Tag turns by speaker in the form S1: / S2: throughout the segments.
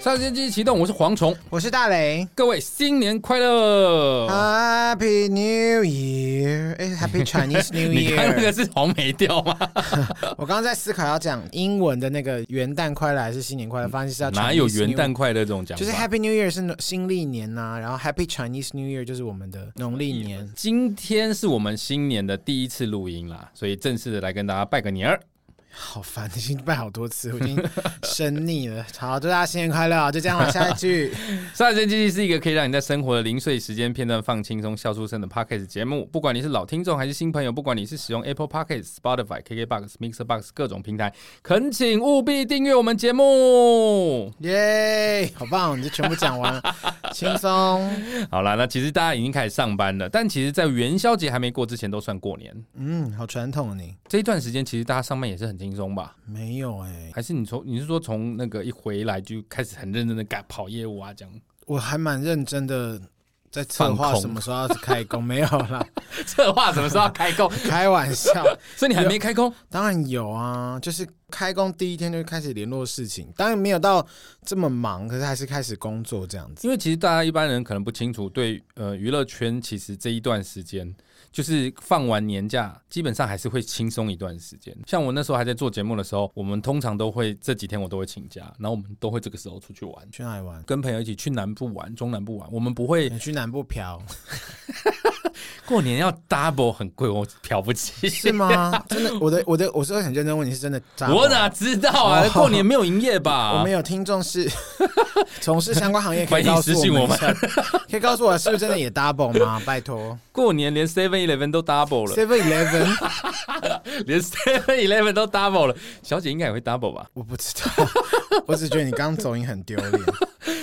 S1: 杀时间机器启动，我是蝗虫，
S2: 我是大雷
S1: 各位新年快乐！
S2: ，Happy New Year，哎，Happy Chinese New
S1: 你看那
S2: Year。
S1: 个是黄梅调吗？
S2: 我刚刚在思考要讲英文的那个元旦快乐还是新年快乐，发现是要
S1: 哪有
S2: Chinese New
S1: 元旦快乐这种讲法？
S2: 就是 Happy New Year 是新历年呐、然后 Happy Chinese New Year 就是我们的农历年。
S1: 今天是我们新年的第一次录音啦，所以正式的来跟大家拜个年儿。
S2: 好烦，已经拜好多次，我已经生腻了。 好，祝大家新年快乐啊！就这样了，下一 句。
S1: 杀时间机器是一个可以让你在生活的零碎时间片段放轻松、笑出声的 podcast 节目。不管你是老听众还是新朋友，不管你是使用 Apple Podcast、Spotify、KKBox、Mixer Box 各种平台，恳请务必订阅我们节目。
S2: 耶、好棒！你就全部讲完了，轻松。
S1: 好啦，那其实大家已经开始上班了，但其实，在元宵节还没过之前都算过年。
S2: 嗯，好传统啊你。
S1: 这一段时间，其实大家上班也是很轻松吧？
S2: 没有哎、
S1: 还是你从你是说从那个一回来就开始很认真的赶跑业务啊？这样
S2: 我还蛮认真的在策
S1: 放
S2: 划
S1: 空
S2: 什么时候要开工，没有啦，
S1: 策划什么时候要开工？
S2: 开玩笑。
S1: 所以你还没开工？
S2: 当然有啊，就是开工第一天就开始联络事情，当然没有到这么忙，可是还是开始工作这样子。
S1: 因为其实大家一般人可能不清楚，对呃娱乐圈其实这一段时间就是放完年假，基本上还是会轻松一段时间。像我那时候还在做节目的时候，我们通常都会这几天我都会请假，然后我们都会这个时候出去玩，
S2: 去哪里玩？
S1: 跟朋友一起去南部玩、中南部玩。我们不会
S2: 你去南部漂
S1: 过年要 double 很贵，我嫖不起。
S2: 是吗？真的，我的我的我是很认真问你，是真的渣 吗？
S1: 我哪知道啊？
S2: 哦
S1: 过年没有营业吧？
S2: 我们有听 众是从事相关行业，可
S1: 欢
S2: 以
S1: 迎
S2: 告诉
S1: 私信
S2: 我
S1: 我们
S2: 们一下，可以告诉我是不是真的也 double 吗？拜托
S1: 过年连 Seven Eleven 都 double 了，
S2: ，Seven Eleven，
S1: 连 Seven Eleven 都 double 了，小姐应该也会 double 吧？
S2: 我不知道， 我只觉得你刚走音很丢脸。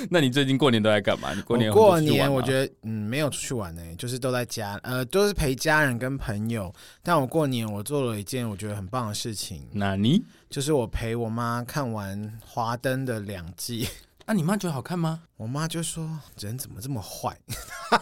S1: 那你最近过年都在干嘛？你过年
S2: 我过年
S1: 年
S2: 我觉
S1: 得
S2: 得嗯没有出去玩呢、就是都在家，呃，都是陪家人跟朋友。但我过年我做了一件我觉得很棒的事情，
S1: 那你
S2: 就是我陪我妈看完《华灯》的两季。
S1: 啊，你妈觉得好看 吗？
S2: 我妈就说：“人怎么这么坏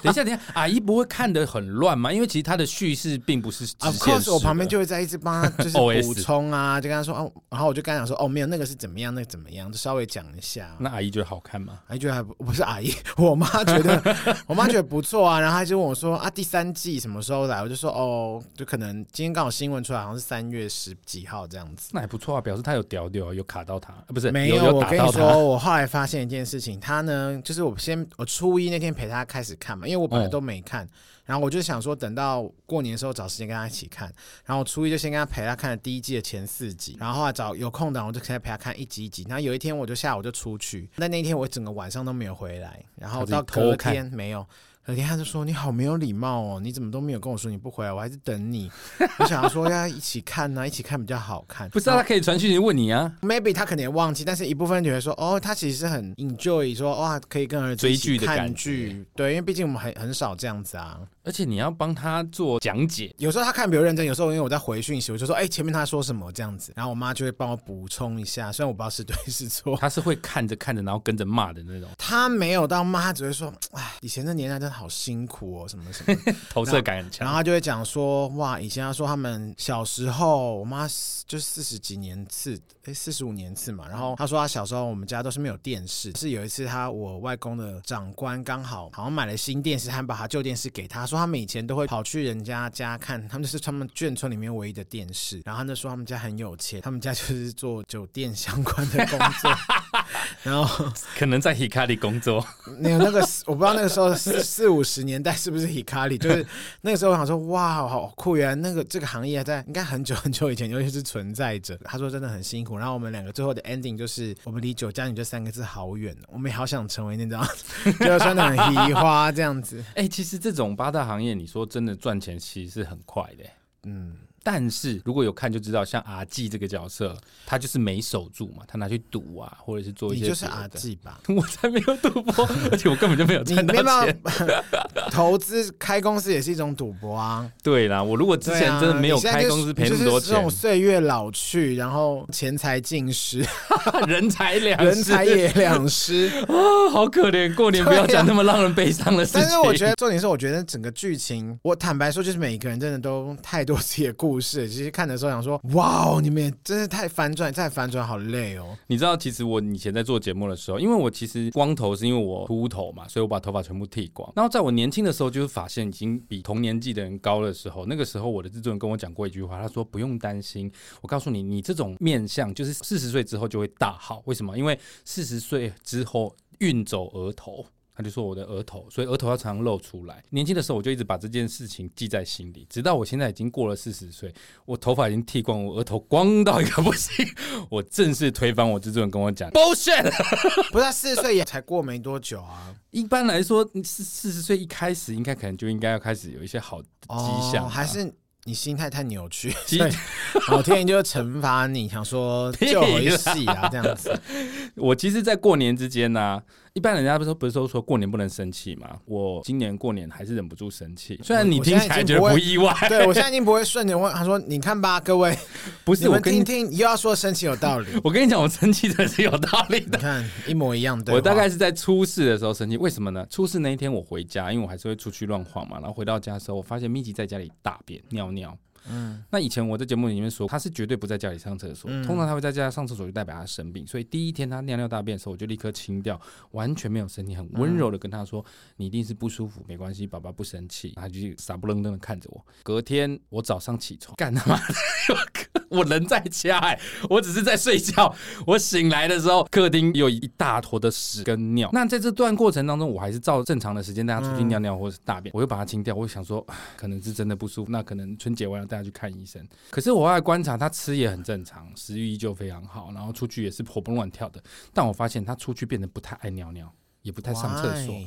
S1: 等一下，等一下，阿姨不会看得很乱吗？因为其实她的叙事并 不是直
S2: ？”Of
S1: 线式
S2: course，
S1: 的。
S2: 我旁边就会在一直帮她 就是
S1: OS
S2: 补充啊，就跟她说哦，然后我就跟她讲说哦，没有那个是怎么样，那个怎么样，就稍微讲一下。啊
S1: 那阿姨觉得好看吗？
S2: 阿姨觉得还不不是阿姨，我妈觉得我妈觉得不错啊，然后她就问我说啊，第三季什么时候来？我就说哦，就可能今天刚好新闻出来，好像是三月十几号这样子。
S1: 那还不错啊，表示她有屌屌，有卡到她，啊不是
S2: 没
S1: 有
S2: 我
S1: 打
S2: 跟你
S1: 到她。
S2: 说，我后来发现一件事情，她呢，就是我先我初一那天陪她开始看嘛，因为我本来
S1: 嗯
S2: 都没看，然后我就想说等到过年的时候找时间跟她一起看，然后我初一就先跟她陪她看了第一季的前四集，然后后来找有空档我就开始陪她看一集一集，然后有一天我就下午就出去，但那一天我整个晚上都没有回来，然后
S1: 她自己
S2: 到
S1: 偷
S2: 隔
S1: 看
S2: 天没有。隔天他就说：“你好没有礼貌哦，你怎么都没有跟我说你不回来，我还是等你。我想要说要一起看啊呢、一起看比较好 看。
S1: 不是、啊，她可以传讯息问你啊。
S2: maybe 他可能也忘记，但是一部分觉得说，哦，他其实是很 enjoy 说，哇，可以跟儿子一起
S1: 追剧的感
S2: 看
S1: 觉
S2: 剧，对，因为毕竟我们很很少这样子啊。
S1: 而且你要帮她做讲解，
S2: 有时候他看比较认真，有时候因为我在回讯息，我就说，哎、前面他说什么这样子，然后我妈就会帮我补充一下，虽然我不知道是对是错。
S1: 她是会看着看着然后跟着骂的 那种
S2: 他没有到妈，她只会说，哎，以前的年代真的好辛苦哦，什么什么。
S1: 投射感很强
S2: 然。后他就会讲说，哇，以前他说他们小时候，我妈四就四十几年次，哎，四十五年次嘛。然后他说他小时候我们家都是没有电视，是有一次他我外公的长官刚好好像买了新电视，还把他旧电视给他，说他们以前都会跑去人家家看，他们就是他们眷村里面唯一的电视。然后他就说他们家很有钱，他们家就是做酒店相关的工 作。然后
S1: 可能在 Hikari 工作，
S2: 没有那个，我不知道那个时候四四五十年代是不是 Hikari，就是 那个时候我想说，哇，好酷原来那个这个行业在应该很久很久以前，尤其是存在着。他说真的很辛苦，然后我们两个最后的 ending 就是我们离酒家女这三个字好远哦，我们也好想成为 那种，就是穿的很移花这样子。
S1: 哎、其实这种八大行业，你说真的赚钱其实是很快的、欸
S2: 嗯，
S1: 但是如果有看就知道，像阿纪这个角色，他就是没守住嘛，他拿去赌啊，或者是做一
S2: 你
S1: 些
S2: 就是
S1: 别的
S2: 阿，纪吧？
S1: 我才没有赌博，而且我根本就没有
S2: 你
S1: 赚
S2: 没
S1: 到
S2: 有办
S1: 钱。
S2: 法 投资开公司也是一种赌博啊。
S1: 对啦，我如 果之
S2: 对
S1: 前真的没有
S2: 啊、你现在
S1: 开
S2: 就
S1: 公司
S2: 是
S1: 赔那么多
S2: 就是这
S1: 钱
S2: 种，岁月老去，然后钱财尽失，
S1: 人财两
S2: 人
S1: 失
S2: 财也两失。
S1: 啊 好可怜。过年不要讲那么让人悲伤 的事情。
S2: 但是我觉得重点是，我觉得整个剧情，我坦白说，就是每一个人真的都太多自己的故故事。其实看的时候想说，哇哦，你们也真是太翻转，再翻转好累 哦。
S1: 你知道，其实我以前在做节目的时候，因为我其实光头是因为我秃头嘛，所以我把头发全部剃光。然后在我年轻的时候，就是发现已经比同年纪的人高的时候，那个时候我的制作人跟我讲过一句话，他说不用担心，我告诉你，你这种面相就是四十岁之后就会大好。为什么？因为四十岁之后运走额头。他就说我的额头，所以额头要常常露出来。年轻的时候我就一直把这件事情记在心里，直到我现在已经过了四十岁，我头发已经剃光，我额头光到一个不行，我正式推翻我制作人跟我讲 bullshit。
S2: 不是啊，四十岁也才过没多久啊，
S1: 一般来说，四四十岁一开始应该可能就应该要开始有一些好的迹象吧、啊
S2: 哦还是你心态太扭曲，
S1: 迹
S2: 所以老天爷就惩罚你，想说
S1: 屁
S2: 救我一戏啊，这样子。
S1: 我其实，在过年之间呢、一般人家不是不是都说过年不能生气吗？我今年过年还是忍不住生气，虽然你
S2: 我
S1: 听起来觉得不意外，
S2: 对我现在已经不会顺着问，他说：“你看吧，各位，
S1: 不
S2: 你
S1: 是 我
S2: 们
S1: 跟
S2: 听
S1: 你
S2: 听，又要说生气有 道理。
S1: 我跟你讲，我生气的是有道理的
S2: 你。看一模一样的。”
S1: 我大概是在初四的时候生气，为什么呢？初四那一天我回家，因为我还是会出去乱晃嘛，然后回到家的时候，我发现米奇在家里大便尿尿。嗯，那以前我在节目里面说，他是绝对不在家里上厕
S2: 嗯
S1: 所，通常他会在家上厕所就代表他生病，所以第一天他尿尿大便的时候，我就立刻清掉，完全没有生气，很温柔的跟他说：“你一定是不舒服，没关系，爸爸不生气。”他就傻不愣登的看着我。隔天我早上起床，干他妈的， 我人在家哎、我只是在睡觉，我醒来的时候，客厅有一大坨的屎跟尿。那在这段过程当中，我还是照正常的时间带他出去尿尿或是大便，我就把它清掉。我想说，唉可能是真的不舒服，那可能春节完要带他去看医生。可是我后来观察，他吃也很正常，食欲依旧非常好，然后出去也是活蹦乱跳的。但我发现他出去变得不太爱尿尿，也不太上厕所。
S2: Why？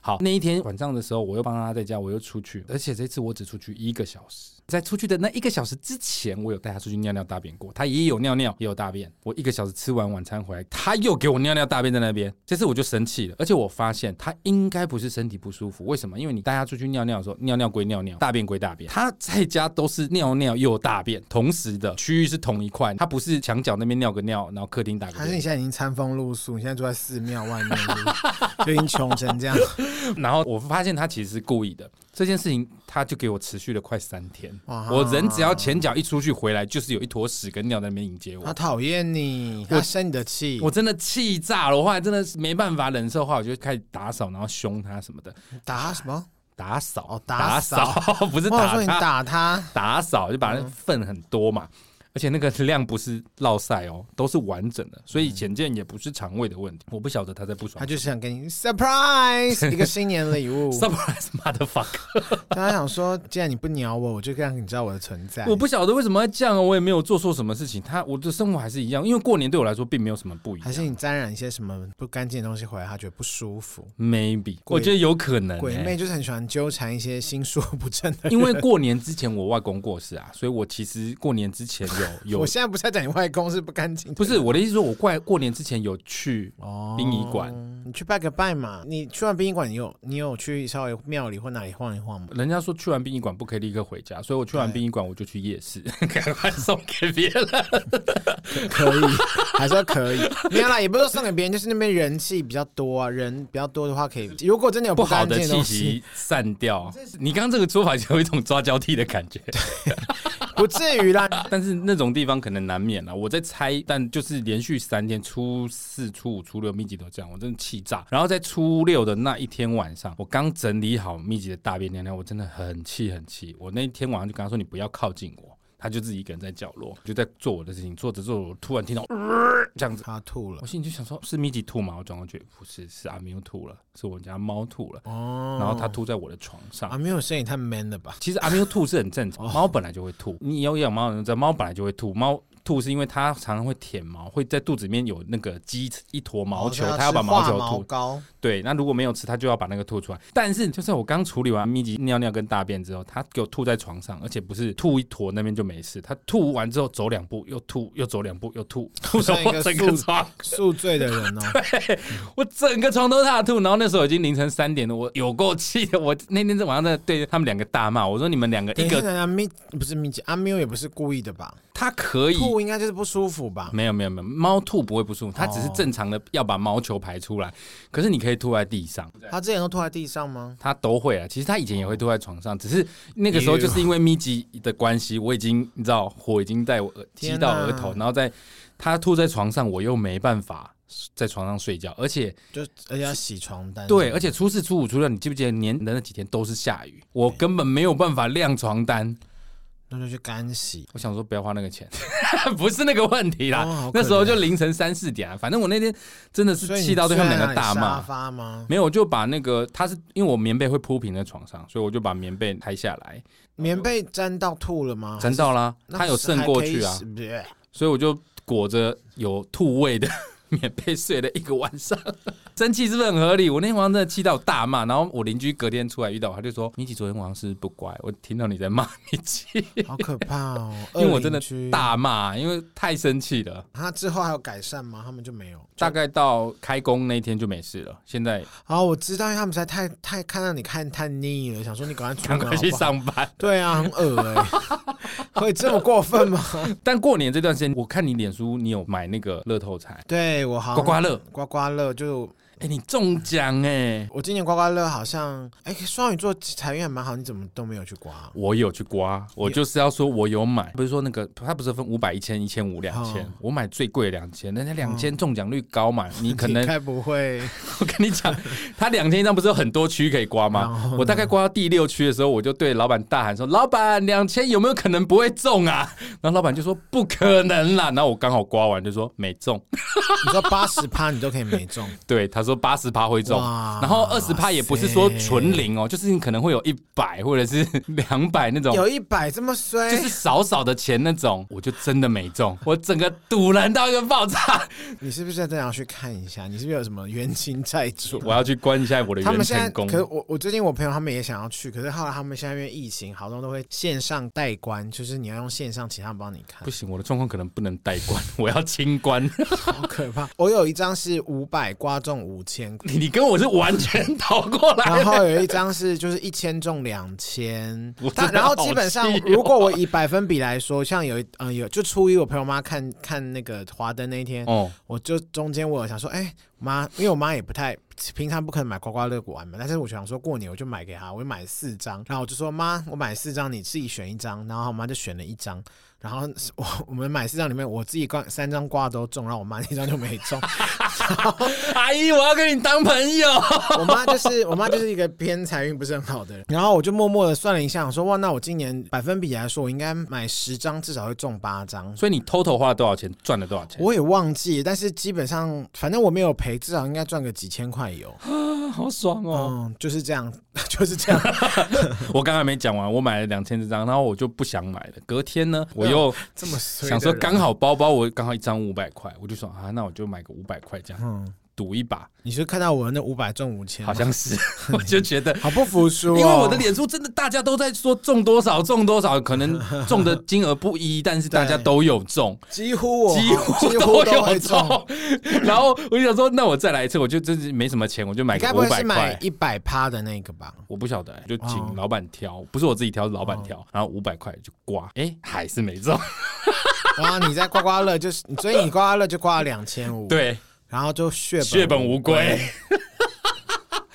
S1: 好，那一天晚上的时候，我又帮他在家，我又出去，而且这次我只出去一个小时。在出去的那一个小时之前，我有带他出去尿尿大便过，他也有尿尿，也有大便。我一个小时吃完晚餐回来，他又给我尿尿大便在那边，这次我就生气了。而且我发现他应该不是身体不舒服，为什么？因为你带他出去尿尿的时候，尿尿归尿尿，大便归大便，他在家都是尿尿又大便，同时的区域是同一块，他不是墙角那边尿个尿，然后客厅打个
S2: 还
S1: 便
S2: 是你现在已经餐风露宿，你现在住在寺庙外 面，是不是就已经穷成这样。
S1: 然后我发现他其实是故意的，这件事情他就给我持续了快三天。
S2: 哇
S1: 我人只要前脚一出去回来，就是有一坨屎跟尿在那边迎接
S2: 他
S1: 我。
S2: 讨厌你，他生你的气。
S1: 我真的气炸了，我后来真的是没办法忍受，后来我就开始打扫，然后凶他什么的。
S2: 打什么？
S1: 打扫，
S2: 哦打扫
S1: 扫 不是
S2: 我想
S1: 打
S2: 说你
S1: 他，
S2: 打嗯他，
S1: 打扫就把那粪很多嘛，而且那个量不是落晒哦，都是完整的，所以显见也不是肠胃的问题。我不晓得他在不爽
S2: 嗯他。就是想给你 surprise 一个新年礼物。
S1: Surprise motherfucker！
S2: 他想说，既然你不鸟我，我就让你知道我的存在。
S1: 我不晓得为什么要这样啊，我也没有做错什么事情，他我的生活还是一样，因为过年对我来说并没有什么不一
S2: 还
S1: 样。
S2: 是你沾染一些什么不干净的东西回来，他觉得不舒服。
S1: Maybe，
S2: 鬼
S1: 我觉得有可能、
S2: 鬼
S1: 欸
S2: 妹就是很喜欢纠缠一些心术不正的。
S1: 因为过年之前我外公过世啊，所以我其实过年之前 有
S2: 我
S1: 有，
S2: 现在不是在讲你外公是不干净的，
S1: 不是我的意思，说我过过年之前有去
S2: 哦
S1: 殡仪馆，
S2: 你去拜个拜嘛。你去完殡仪馆，你有你有去稍微庙里或哪里晃一晃吗？
S1: 人家说去完殡仪馆不可以立刻回家，所以我去完
S2: 对
S1: 殡仪馆我就去夜市， 赶快送给别人。
S2: 可以， 还是要可以。没有啦，也不是说送给别人，就是那边人气比较多啊，人比较多的话可以。如果真的有
S1: 不好
S2: 干
S1: 的
S2: 净的
S1: 气
S2: 东西，
S1: 息散掉。你刚刚这个说法有一种抓交替的感觉。
S2: 不至于啦。
S1: 但是那种地方可能难免啊啦，我在猜，但就是连续三天，初四、初五、初六密集都这样，我真的气炸。然后在初六的那一天晚上，我刚整理好密集的大便尿尿，我真的很气很气。我那天晚上就跟他说：“你不要靠近我。”他就自己一个人在角落，我就在做我的事情，做着做着，我突然听到、呃、这样子，
S2: 他吐了
S1: 我心里就想说：“是密集吐吗？”我转过去，不是，是阿喵吐了，是我家猫吐了，
S2: 哦，
S1: 然后它吐在我的床上。
S2: 啊，没有声音太 man 了吧？
S1: 其实阿喵吐是很正常，
S2: 哦
S1: 猫本来就会吐。你有养猫的人知道，猫本来就会吐。猫吐是因为它常常会舔毛，会在肚子里面有那个鸡一坨毛
S2: 哦
S1: 球，它要把毛
S2: 毛
S1: 球
S2: 啊毛
S1: 吐。
S2: 膏，
S1: 对，那如果没有吃，它就要把那个吐出来。但是就是我刚处理完咪吉尿尿跟大便之后，它给我吐在床上，而且不是吐一坨那边就没事，它吐完之后走两步又吐，又走两步又吐，吐到
S2: 像一
S1: 我
S2: 个
S1: 整
S2: 宿
S1: 个 床。
S2: 宿醉的人哦，
S1: 我整个床都大吐，然后那时候已经凌晨三点了，我有够气的。我那天在 晚上在对他们两个大骂，我说你们两个
S2: 等
S1: 一
S2: 一下
S1: 个
S2: 等一下，咪不是咪姐，阿喵也不是故意的吧？
S1: 它可以
S2: 吐应该就是不舒服吧？
S1: 没有没有没有，猫吐不会不舒服，它只是
S2: 哦
S1: 正常的要把毛球排出来，可是你可以吐在地上。
S2: 他之前都吐在地上吗？
S1: 它都会啊，其实它以前
S2: 哦
S1: 也会吐在床上，只是那个时
S2: 哎
S1: 候就是因为咪吉的关系，我已经你知道火已经在我额击
S2: 天哪
S1: 到额头，然后在它吐在床上，我又没办法在床上睡觉，而且
S2: 就而且要洗床单。
S1: 对，而且初四初五初六，你记不记得年的那几天都是下雨，我根本没有办法晾床单。
S2: 那就去干洗。
S1: 我想说不要花那个钱， 不是那个问题啦。
S2: 哦好可
S1: 那时候
S2: 怜
S1: 就凌晨三四点、啊，反正我那天真的是
S2: 所以你
S1: 气到对他们两个
S2: 睡在
S1: 大
S2: 哪里
S1: 骂
S2: 沙。发吗？
S1: 没有，我就把那个，他是因为我棉被会铺平在床上，所以我就把棉被拍下来，
S2: 棉被沾到吐了吗？
S1: 沾到啦，
S2: 哦那
S1: 他有渗过去啊
S2: 还，可以洗
S1: 所以我就裹着有吐味的 棉被睡了一个晚上，生气是不是很合理？我那天晚上真的气到大骂，然后我邻居隔天出来遇到我，他就说：“米奇昨天晚上是不是不乖，我听到你在骂米 奇，
S2: 好可怕哦！
S1: 因为我真的
S2: 恶邻居。
S1: 大骂，因为太生气了。”
S2: 他之后还有改善吗？他们就没有。
S1: 大概到开工那天就没事了，现在
S2: 哦，我知道，因为他们实在太太看到你看太腻了，想说你赶快出
S1: 赶
S2: 门
S1: 快去
S2: 好不好。
S1: 上班。
S2: 对啊，很恶哎、会这么过分吗？
S1: 但过年这段时间，我看你脸书，你有买那个乐透彩
S2: 对我好
S1: 刮
S2: 像
S1: 刮乐，
S2: 刮刮乐，就
S1: 哎、你中奖哎、
S2: 我今年刮刮乐好像，哎、双鱼座财运还蛮好，你怎么都没有去刮？啊
S1: 我有去刮，我就是要说我有买，不是说那个，它不是分五百、一千、一千五、两千
S2: 哦，嗯
S1: 我买最贵两千，人家两千中奖率高嘛，你可能
S2: 该不会
S1: 我跟你讲，它两千一张不是有很多区可以刮
S2: 然
S1: 吗
S2: 后？呢
S1: 我大概刮到第六区的时候，我就对老板大喊说：“老板，两千有没有可能不会中啊？” 然后老板就说：“不可能啦。”然后我刚好刮完就说没中，
S2: 你说八十趴你都可以没中，
S1: 对，他说八十趴会 中，
S2: 哇
S1: 然后二十趴也不是说纯零哦，就是你可能会有一百或者是两百那种。
S2: 有哎一百这么衰，
S1: 就是少少的钱那种，我就真的没中，我整个堵然到一个爆 炸。
S2: 你是不是真的要去看一下？你是不是有什么冤亲债主？
S1: 我要去关一下我的
S2: 他
S1: 元
S2: 们现在
S1: 成功
S2: 可。是我我最近我朋友他们也想要去，可是后来他们现在因为疫情，好多都会线上代观，就是你要用线上请他们帮你看
S1: 不，行，我的状况可能不能代关， 我要清关。
S2: 好可怕。我有一张是五百刮中五千，
S1: 你你跟我是完全倒过来
S2: 然
S1: 的，
S2: 后有一张是就是一千中两千
S1: 我，真
S2: 但
S1: 的
S2: 然后
S1: 好
S2: 基本上
S1: 气哦
S2: 如果我以百分比来说，像有一嗯、有就初一我陪我妈看看那个华灯那一天，
S1: 哦，
S2: 我就中间我有想说，哎、妈，因为我妈也不太平常不可能买刮刮乐玩嘛，但是我想说过年我就买给她，我就买了四张，然后我就说妈，我买四张，你自己选一张，然后我妈就选了一张。然后 我我们买四张里面，我自己刮三张刮都中，然后我妈那张就没中。
S1: 阿姨，我要跟你当朋友。
S2: 我妈就是我妈就是一个偏财运不是很好的人。然后我就默默的算了一下，我说哇，那我今年百分比来说，我应该买十张至少会中八张。
S1: 所以你偷偷花了多少钱，赚了多少钱？
S2: 我也忘记，但是基本上反正我没有赔，至少应该赚个几千块有。
S1: 好爽哦！
S2: 嗯，就是这样， 就是这样。
S1: 我刚才没讲完，我买了两千张，然后我就不想买了。隔天 呢，我又
S2: 这么衰
S1: 想说刚，好包包我刚好一张五百块，我就说啊，那我就买个五百块这 样
S2: 嗯，
S1: 赌一把，
S2: 你是看到我那五百中五千，
S1: 好像 是，我就觉得。
S2: 好不服输、
S1: 因
S2: 哦，
S1: 为我的脸书真的大家都在说中多少中多少，可能中的金额不一，但是大家都有中。
S2: 几乎我
S1: 几乎
S2: 几
S1: 都
S2: 乎都
S1: 有
S2: 会中。
S1: 中。然后我就想说，那我再来一次，我就真是没什么钱，我就买
S2: 你
S1: 个
S2: 该不
S1: 五
S2: 会
S1: 百
S2: 是买
S1: 块。
S2: 一百趴的那个吧？
S1: 我不晓得、就
S2: 哦
S1: 请老板挑，不是我自己挑，是老板挑。然后五百块就刮，哎、还是没 中。
S2: 哇，你在刮刮乐就是，所以你刮刮乐就刮了两千五，，
S1: 对，
S2: 然后就血本
S1: 血本无归。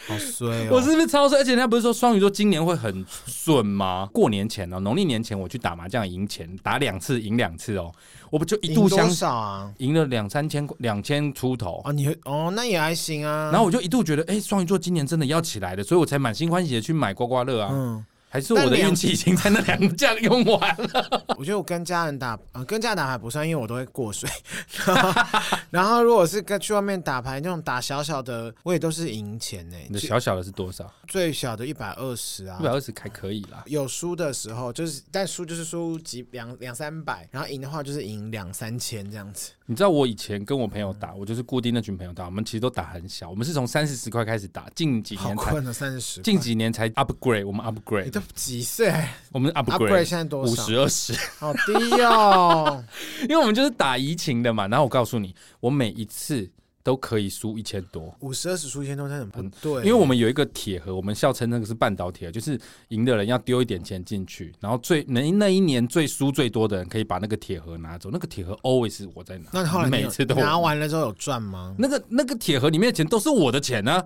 S2: 好衰哦！
S1: 我是不是超衰？而且人家不是说双鱼座今年会很顺吗？过年前哦，农历年前我去打麻将赢钱，打两次赢两次哦，我不就一
S2: 赢
S1: 度
S2: 多
S1: 相
S2: 少啊？
S1: 赢了两三千两千出头。
S2: 哦，你哦，那也还行啊。
S1: 然后我就一度觉得，哎、双鱼座今年真的要起来了，所以我才满心欢喜的去买刮刮乐啊。
S2: 嗯，
S1: 还是我的
S2: 但两
S1: 运气已经在那两将用完了？
S2: 我觉得我跟家人打，呃，跟家人打牌不算，因为我都会过水。 然后， 然后如果是跟去外面打牌那种打小小的，我也都是赢钱呢、
S1: 你的
S2: 最
S1: 小小的是多少？
S2: 最小的一百二十啊
S1: 一百。二十还可以啦。
S2: 有输的时候，就是但输就是输几两两三百，然后赢的话就是赢两三千这样子。
S1: 你知道我以前跟我朋友打，我就是固定那群朋友打，我们其实都打很小，我们是从三四十块开始打，近几
S2: 好
S1: 年才
S2: 困了，三十。
S1: 近几年才 upgrade，我们
S2: 你
S1: upgrade，
S2: 都几岁啊
S1: 我们
S2: ？Upgrade
S1: upgrade
S2: 现在多
S1: 五
S2: 少？
S1: 十二十，
S2: 好低哦。
S1: 因为我们就是打怡情的嘛。然后我告诉你，我每一次都可以输一千多。
S2: 五十二十输一千多，真的很不对，
S1: 因为我们有一个铁盒，我们笑称那个是半导体盒，就是赢的人要丢一点钱进去，然后最能那一年最输最多的人可以把那个铁盒拿走。那个铁盒 always 我在拿，
S2: 那后来你
S1: 每
S2: 有
S1: 次都我
S2: 拿完了之后有 赚吗？
S1: 那个那个铁盒里面的钱都是我的钱啊呢、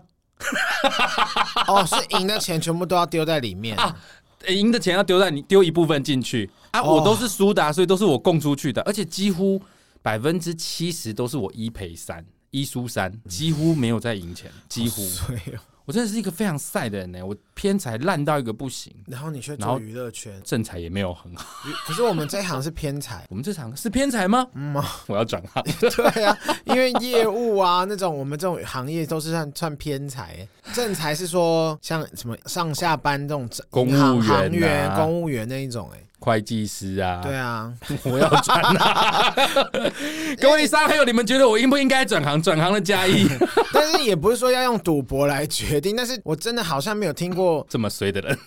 S2: 哦，是赢的钱全部都要丢在里面
S1: 啊诶赢的钱要丢在你丢一部分进去啊，
S2: 哦
S1: 我都是输的、啊，所以都是我供出去的，而且几乎百分之七十都是我一赔三，一输三，几乎没有在赢钱，几乎
S2: 所以，
S1: 我真的是一个非常晒的人呢、欸我偏财烂到一个不行，
S2: 然后你却
S1: 然后
S2: 做娱乐圈，
S1: 正财也没有很好，。
S2: 可是我们这一行是偏财
S1: 我们这场是偏财吗？
S2: 嗯哦，
S1: 我要转 行，
S2: 对啊，因为业务啊那种，我们这种行业都是算算偏财，正财是说像什么上下班这种
S1: 公务员啊
S2: 行行员、公务员那一种，哎，
S1: 会计师啊，
S2: 对啊，
S1: 我要转行。各位三还有你们觉得我应不应该转行？转行的加一，
S2: 但是也不是说要用赌博来决定，但是我真的好像没有听过
S1: 这么衰的人。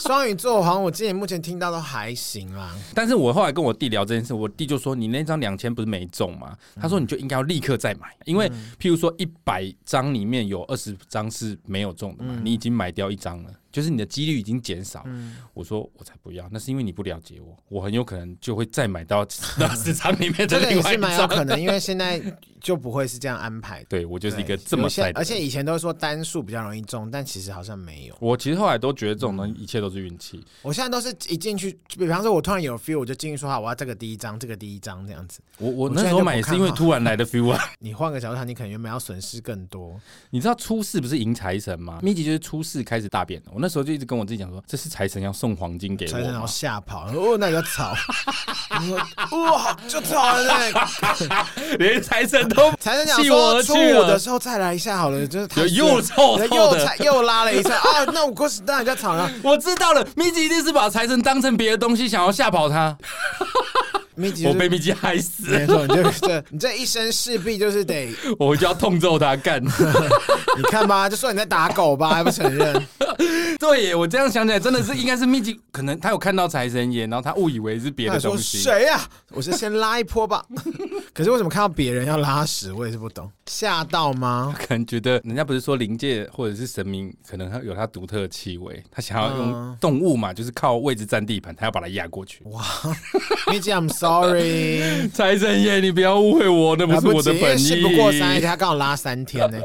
S2: 双鱼座，好像我之前目前听到都还行 啦，
S1: 但是我后来跟我弟聊这件事，我弟就说：“你那张两千不是没中吗？”
S2: 嗯
S1: 他说：“你就应该要立刻再买，因为譬如说一百张里面有二十张是没有中的
S2: 嗯
S1: 嘛，你已经买掉一张了，就是你的几率已经减少。我说：“我才不要，那是因为你不了解我，我很有可能就会再买 到二十张里面的
S2: 这个
S1: 另
S2: 也
S1: 外一
S2: 是蛮有
S1: 张。
S2: 可能，因为现在就不会是这样安排”的。
S1: 对我 就是一个
S2: 对
S1: 这么
S2: 有
S1: 晒
S2: 些
S1: 的人，
S2: 而且以前都说单数比较容易中，但其实好像没有。
S1: 我其实后来都觉得这种东
S2: 嗯
S1: 西一切都是运气。
S2: 我现在都是一进去，比方说我突然有 feel，我就进去说好，我要这个第一张，这个第一张这样子。
S1: 我我
S2: 我
S1: 那
S2: 现在
S1: 时候
S2: 就不
S1: 买也是
S2: 看
S1: 因为
S2: 好
S1: 突然来的 feel 啊。
S2: 你换个角度看，你可能原本要损失更多。
S1: 你知道初四不是迎财神吗？米奇就是初四开始大便的。我那时候就一直跟我自己讲说，这是财神要送黄金给我
S2: 所以然后
S1: 吗。
S2: 吓跑，哦，那个草，你说哇，就草了呢。
S1: 连财神都
S2: 财神讲
S1: 弃我而
S2: 说
S1: 去
S2: 初五
S1: 了
S2: 的时候再来一下好了，就是他
S1: 又臭臭
S2: 又
S1: 的
S2: 踩。又拉了一下啊，那我过去当然叫草了。
S1: 我知道了，米奇一定是把财神当成别的东西，想要吓跑他。
S2: 米姐
S1: 我
S2: 就
S1: 被
S2: 是。
S1: 米奇害死，
S2: 没错，你就 这，你这一生势必就是得
S1: 我就要痛揍他干。
S2: 你看吧，就说你在打狗吧，还不承认？
S1: 对耶，我这样想起来，真的是应该是米奇，可能他有看到财神爷，然后他误以为是别
S2: 他
S1: 的
S2: 哎说
S1: 东西。
S2: 谁呀、我是先拉一波吧。 可是为什么看到别人要拉屎，我也是不懂，吓到吗？
S1: 可能觉得人家不是说灵界或者是神明，可能他有他独特的气味，他想要用
S2: 嗯
S1: 动物嘛，就是靠位置占地盘，他要把它压过去。
S2: 米姐，I'm sorry，
S1: 财神爷，你不要误会我，那不
S2: 来
S1: 是我的
S2: 及因为
S1: 本
S2: 事
S1: 意。
S2: 不过三，而且他刚好拉三天呢、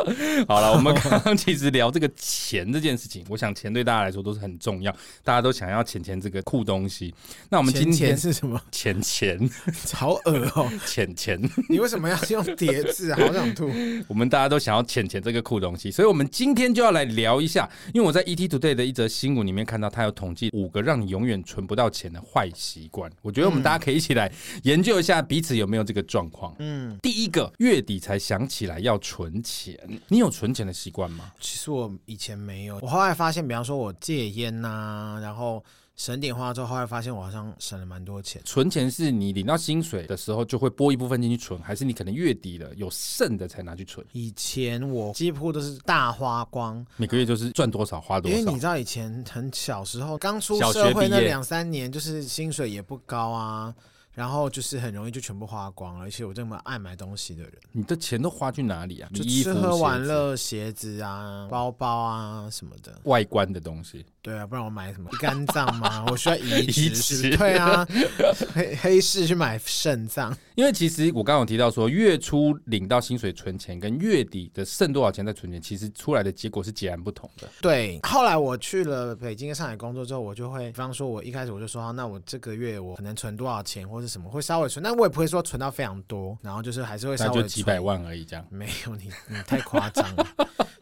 S1: 好 了，我们刚刚其实聊这个钱这件事情，我想钱对大家来说都是很重要，大家都想要钱钱这个酷东西。那我们今
S2: 钱
S1: 天
S2: 钱是什么？
S1: 钱钱
S2: 好恶哦、
S1: 钱钱，
S2: 你为什么要用叠字啊？好想吐。
S1: 我们大家都想要钱钱这个酷东西，所以我们今天就要来聊一下，因为我在 ET Today 的一则新闻里面看到，它有统计五个让你永远存不到钱的坏习惯。我觉得我们大家可以一起来研究一下彼此有没有这个状况。嗯，第一个月底才想起来要存钱，你有存钱的习惯吗？
S2: 其实我以前没有，我后来发现，比方说我戒烟呐、然后省点花之后，后来发现我好像省了蛮多钱。
S1: 存钱是你领到薪水的时候就会拨一部分进去存，还是你可能月底了有剩的才拿去存？
S2: 以前我几乎都是大花光，
S1: 每个月就是赚多少花多
S2: 因为
S1: 少
S2: 你。知道以前很小时候刚出
S1: 小学
S2: 社会
S1: 毕
S2: 那
S1: 业
S2: 两三年，就是薪水也不高啊，然后就是很容易就全部花光了。而且我这么爱买东西的人，
S1: 你的钱都花去哪里啊？
S2: 就
S1: 你衣服
S2: 吃、喝玩
S1: 鞋子、
S2: 乐、鞋子啊、包包啊什么的。
S1: 外观的东西。
S2: 对啊，不然我买什么肝脏吗？我需要移
S1: 移
S2: 植
S1: 植
S2: 是不是？对啊，黑黑市去买肾脏，
S1: 因为其实我刚刚有提到说，月初领到薪水存钱，跟月底的剩多少钱再存钱，其实出来的结果是截然不同的。
S2: 对，后来我去了北京跟上海工作之后，我就会，比方说，我一开始我就说，好啊那我这个月我可能存多少钱或是什么，会稍微存，但我也不会说存到非常多，然后就是还是会
S1: 那
S2: 稍微
S1: 就
S2: 存
S1: 几百，万而已，这样。
S2: 没有你你太夸张 了，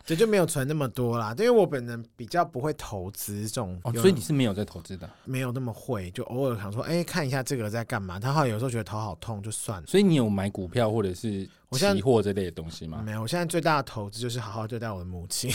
S2: 这就没有存那么多啦，因为我本人比较不会投资这种，
S1: 哦，
S2: 有
S1: 所以你是没有在投资的，
S2: 没有那么会，就偶尔想说，哎，看一下这个在干嘛，他后来有时候觉得头好痛，就算了。
S1: 所以你有买股票或者是
S2: 我现在
S1: 期货这类的东西吗？
S2: 没有，我现在最嗯大的投资就是好好对待我的母亲，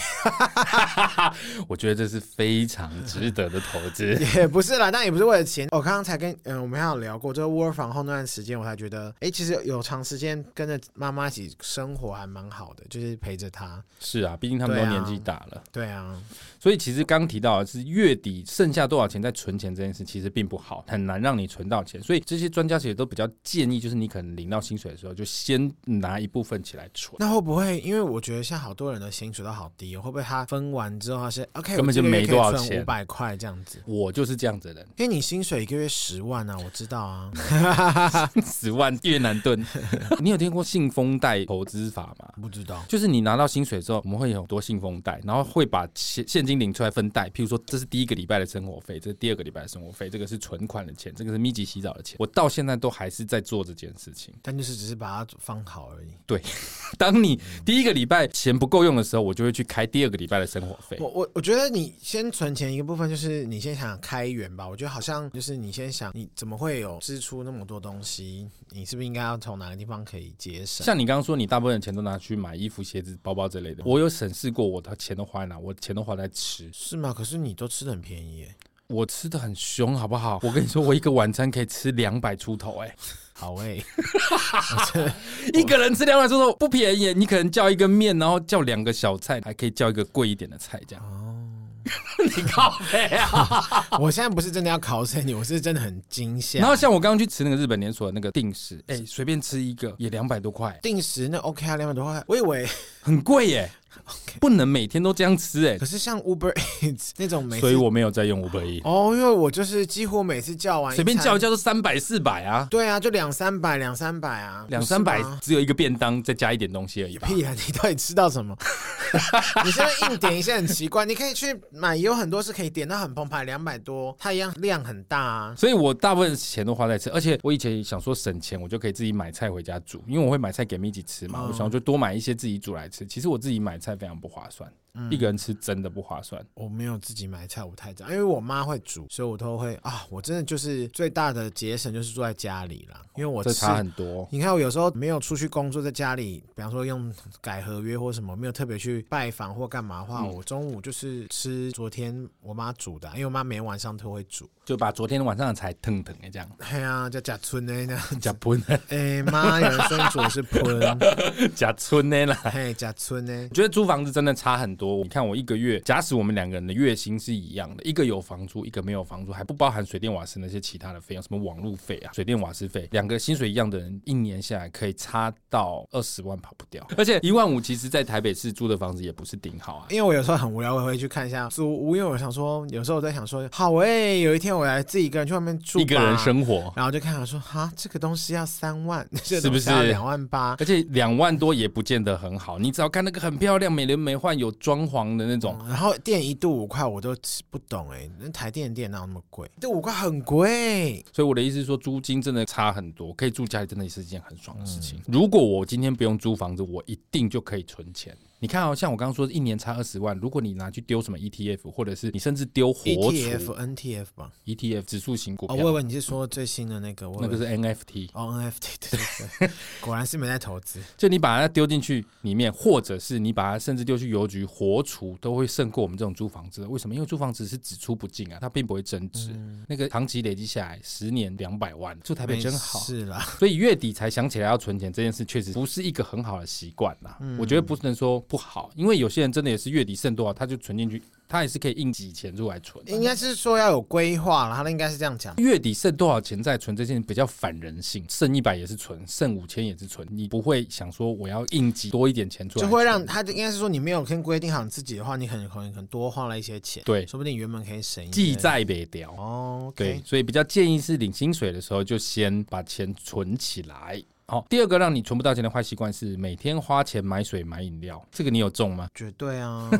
S1: 我觉得这是非常值得的投 资。
S2: 也不是啦，但也不是为了钱。我刚刚才跟嗯、我们还有聊过，就是 work from home 那段时间，我才觉得，哎、其实有长时间跟着妈妈一起生活还蛮好的，就是陪着她。
S1: 是啊，毕竟他们都
S2: 对啊
S1: 年纪大了，
S2: 对啊，
S1: 所以其实刚提到的是月底剩下多少钱在存钱这件事，其实并不好，很难让你存到钱。所以这些专家其实都比较建议，就是你可能领到薪水的时候，就先拿拿一部分起来存。
S2: 那会不会因为我觉得现在好多人的薪水都好低、哦，会不会他分完之后他是 OK，
S1: 根本就没多少钱
S2: 五百块这样子？
S1: 我就是这样子的
S2: 因为你薪水一个月十万啊，我知道啊，
S1: 人， 十万越南盾。 你有听过信封袋投资法吗？
S2: 不知道。
S1: 就是你拿到薪水之后，我们会有很多信封袋，然后会把现现金领出来分袋。譬如说，这是第一个礼拜的生活费，这是第二个礼拜的生活费，这个是存款的钱，这个是密集洗澡的钱。我到现在都还是在做这件事情。
S2: 但就是只是把它放好而已。
S1: 当你第一个礼拜钱不够用的时候，我就会去开第二个礼拜的生活费。
S2: 我我我觉得你先存钱一个部分就是你先想开源吧。我觉得好像就是你先想你怎么会有支出那么多东西，你是不是应该要从哪个地方可以节省？
S1: 像你刚刚说，你大部分的钱都拿去买衣服、鞋子、包包之类的。我有审视过，我的钱都花在哪？我钱都花在吃，
S2: 是吗？可是你都吃的很便宜耶。
S1: 我吃的很凶，好不好？我跟你说，我一个晚餐可以吃两百出头、 哎，
S2: 好欸 诶、
S1: 一个人吃两百出头不便宜。你可能叫一个面，然后叫两个小菜，还可以叫一个贵一点的菜，这样。哦， 你靠背 啊！
S2: 我现在不是真的要考死你，我是真的很惊吓。
S1: 然后像我刚刚去吃那个日本连锁的那个定食，哎、随便吃一个也两百多块，
S2: 定时那 OK 啊，两百多块，我以为。
S1: 很贵耶、不能每天都这样吃哎、
S2: 可是像 Uber Eats 那种每
S1: 所以
S2: 次
S1: 我没有在用五百亿，
S2: 哦，因为我就是几乎每次叫完
S1: 随便
S2: 一餐
S1: 叫一，叫都三百四百啊，
S2: 对啊，就两三百，两三百啊，
S1: 两三百
S2: 不是吗
S1: 只有一个便当，再加一点东西而已吧。
S2: 屁啊！你到底吃到什么？ 你现在硬点一些很奇怪，你可以去买，有很多是可以点到很澎湃，两百多，它一样量很大啊。
S1: 所以我大部分钱都花在吃，而且我以前想说省钱，我就可以自己买菜回家煮，因为我会买菜给 Miki 吃嘛，我想就多买一些自己煮来吃。其实我自己买菜非常不划算，一个人吃真的不划算。
S2: 我没有自己买菜，我太早，因为我妈会煮，所以我都会啊。我真的就是最大的节省就是住在家里啦，因为我
S1: 这
S2: 吃
S1: 差很多。
S2: 你看，我有时候没有出去工作，在家里，比方说用改合约或什么，没有特别去拜访或干嘛
S1: 嗯
S2: 的话，我中午就是吃昨天我妈煮的啊，因为我妈每天晚上都会煮。
S1: 就把昨天晚上的菜腾腾哎，这样
S2: 哎呀，叫假村呢，那
S1: 假吞
S2: 哎妈，有人生煮是 喷，
S1: 假村呢啦。
S2: 嘿，假村呢
S1: 我，觉得租房子真的差很多。你看我一个月，假使我们两个人的月薪是一样的，一个有房租，一个没有房租，还不包含水电瓦斯那些其他的费用，什么网路费啊、水电瓦斯费，两个薪水一样的人，一年下来可以差到二十万跑不掉。而且一万五，其实在台北市租的房子也不是顶好啊。
S2: 因为我有时候很无聊，我也会去看一下租屋，因为我想说，有时候我在想说，好哎、有一天我来自己一个人去外面住吧，
S1: 一个人生活，
S2: 然后就看到说，哈，这个东西要三万， 这
S1: 是不是
S2: 两万八？
S1: 而且两万多也不见得很好。你只要看那个很漂亮、美轮美奂、有装潢的那种，
S2: 然后电一度五块，我都吃不懂哎、那台电的电哪有那么贵？这五块很贵，
S1: 所以我的意思是说，租金真的差很多，可以住家里真的是一件很爽的事
S2: 嗯
S1: 情。如果我今天不用租房子，我一定就可以存钱。你看哦，像我刚刚说，一年差二十万，如果你拿去丢什么 ETF，或者是你甚至丢活储
S2: ETF、NTF 吧？
S1: ETF 指数型股
S2: E 哦，
S1: 票，
S2: 我以为你是说最新的那个，我以
S1: 那
S2: 为
S1: 个是 NFT，
S2: 哦 NFT，对对对，果然是没在投资。
S1: 就你把它丢进去里面，或者是你把它甚至丢去邮局活储，都会胜过我们这种租房子的。为什么？因为租房子是只出不进啊，它并不会增值。
S2: 嗯
S1: 那个长期累积下来，十年两百万， 住台北真好。
S2: 是啦，
S1: 所以月底才想起来要存钱这件事，确实不是一个很好的习惯啦。
S2: 嗯
S1: 我觉得不能说不好，因为有些人真的也是月底剩多少他就存进去，他也是可以硬挤钱出来存。
S2: 应该是说要有规划啦，他应该是这样讲。
S1: 月底剩多少钱再存，这件事比较反人性。剩一百也是存，剩五千也是存，你不会想说我要硬挤多一点钱出来
S2: 就
S1: 存，
S2: 会让他应该是说你没有先规定好你自己的话，你很可能可能多花了一些钱，
S1: 对
S2: 说不定你原本可以省一
S1: 记
S2: 些
S1: 在北掉。
S2: 哦
S1: 对
S2: ，OK，，
S1: 所以比较建议是领薪水的时候就先把钱存起来。好，第二个让你存不到钱的坏习惯是每天花钱买水买饮料，这个你有中吗？
S2: 绝对 啊。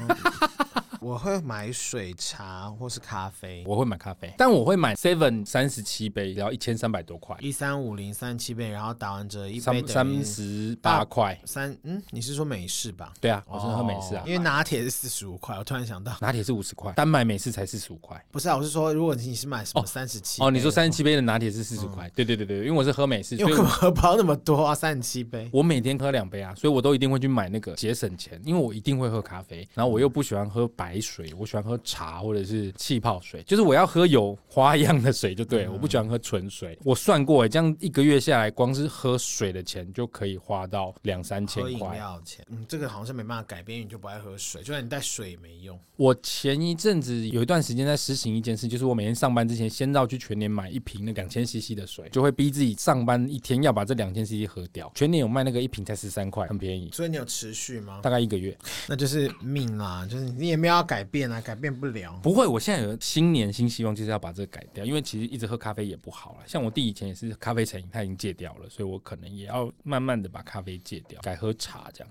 S2: 我会买水茶或是咖啡，
S1: 我会买咖啡，但我会买 Seven 三十七杯，然后一千三百多块，
S2: 一三五零三七杯，然后打完折一杯
S1: 三
S2: 等于
S1: 三十八块。
S2: 三嗯，你是说美式吧？
S1: 对啊，我是喝美式啊
S2: 哦，因为拿铁是四十五块，我突然想到，
S1: 拿铁是五十块，单买美式才四十五块。
S2: 不是啊，我是说如果你是买什么三十七
S1: 哦，你说三十七杯的拿铁是四十块？对对对对，因为我是喝美式，
S2: 嗯因
S1: 所
S2: 为
S1: 以
S2: 我根
S1: 我
S2: 本喝不到那么多啊，三十七杯。
S1: 我每天喝两杯啊，所以我都一定会去买那个节省钱，因为我一定会喝咖啡，然后我又不喜欢喝白白水，我喜欢喝茶或者是气泡水，就是我要喝有花样的水就对
S2: 嗯
S1: 了，我不喜欢喝纯水。我算过、欸，这样一个月下来，光是喝水的钱就可以花到两三千
S2: 喝饮
S1: 块。
S2: 料钱，嗯，这个好像是没办法改变，因为你就不爱喝水，就算你带水也没用。
S1: 我前一阵子有一段时间在实行一件事，就是我每天上班之前先绕去全年买一瓶那两千 CC 的水，就会逼自己上班一天要把这两千 CC 喝掉。全年有卖那个一瓶才十三块，很便宜，
S2: 所以你有持续吗？
S1: 大概一个月。
S2: 那就是命啦，就是你也没有要改变啊，改变不了。
S1: 不会，我现在有新年新希望，就是要把这个改掉，因为其实一直喝咖啡也不好了。像我弟以前也是咖啡成瘾，他已经戒掉了，所以我可能也要慢慢的把咖啡戒掉，改喝茶这样。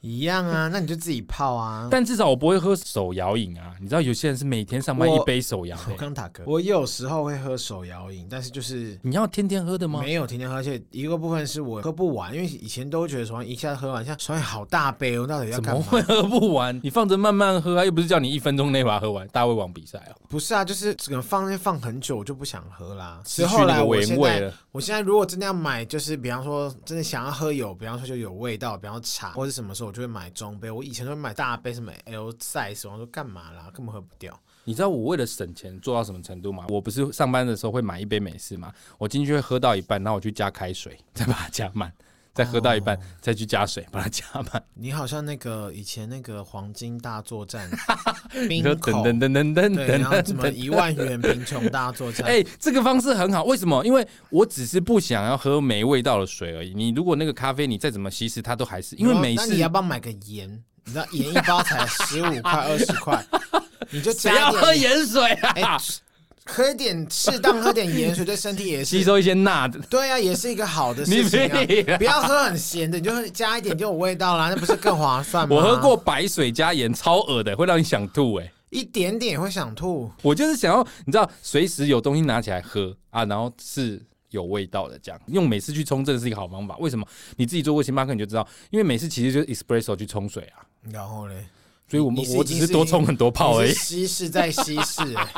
S2: 一样啊，那你就自己泡啊。
S1: 但至少我不会喝手摇饮啊，你知道有些人是每天上班一
S2: 我
S1: 杯手摇、
S2: 我
S1: 欸，
S2: 刚打嗝，我有时候会喝手摇饮，但是就是
S1: 你要天天喝的吗？
S2: 没有天天喝，而且一个部分是我喝不完，因为以前都会觉得手摇饮一下喝完，像手摇饮好大杯哦，到底要
S1: 怎
S2: 干
S1: 么
S2: 嘛？
S1: 会喝不完？你放着慢慢喝啊，又不是叫你一分钟内把它喝完。大胃王比赛哦、
S2: 不是啊，就是只能放那边放很久，我就不想喝啦。
S1: 失
S2: 是
S1: 去
S2: 后
S1: 那
S2: 来
S1: 个
S2: 我
S1: 原
S2: 现
S1: 味
S2: 在
S1: 了。
S2: 我现在如果真的要买，就是比方说真的想要喝有，比方说就有味道，比方说茶或者什么时候，我就会买中杯。我以前都会买大杯，什么 L size，我说干嘛啦，根本喝不掉。
S1: 你知道我为了省钱做到什么程度吗？我不是上班的时候会买一杯美式吗？我进去会喝到一半，然后我去加开水， 再把它加满，再喝到一
S2: 哦
S1: 半、再去加水，把它加满。
S2: 你好像那个以前那个黄金大作 战
S1: 你
S2: 冰
S1: 说
S2: 口
S1: 等，等等等等
S2: 对，
S1: 等
S2: 然后什
S1: 等
S2: 么
S1: 等。
S2: 一万元贫穷大作战，
S1: 哎、这个方式很好，为什么？因为我只是不想要喝没味道的水而已。你如果那个咖啡你再怎么稀释，它都还是因为
S2: 然后
S1: 美
S2: 啊那你要
S1: 式。
S2: 不要买个盐？你知道盐一包才十五块二十块，你就
S1: 谁
S2: 加
S1: 要
S2: 一
S1: 喝
S2: 点
S1: 盐水 啊？
S2: 哎，喝一点适当喝点盐水，对身体也
S1: 吸
S2: 是。
S1: 收一些钠的，
S2: 对啊，也是一个好的事情
S1: 你屁啦
S2: 啊！不要喝很咸的，你就喝加一点就有味道啦，那不是更划算吗？
S1: 我喝过白水加盐，超恶的，会让你想吐哎、
S2: 一点点也会想吐，
S1: 我就是想要，你知道，随时有东西拿起来喝啊，然后是有味道的这样。用美式去冲真的是一个好方法。为什么？你自己做过星巴克你就知道，因为美式其实就是 espresso 去冲水啊，
S2: 然后嘞，
S1: 所以我们
S2: 你是
S1: 我
S2: 已经
S1: 只是多冲很多泡而
S2: 你
S1: 已
S2: 是。稀释再稀释、 哎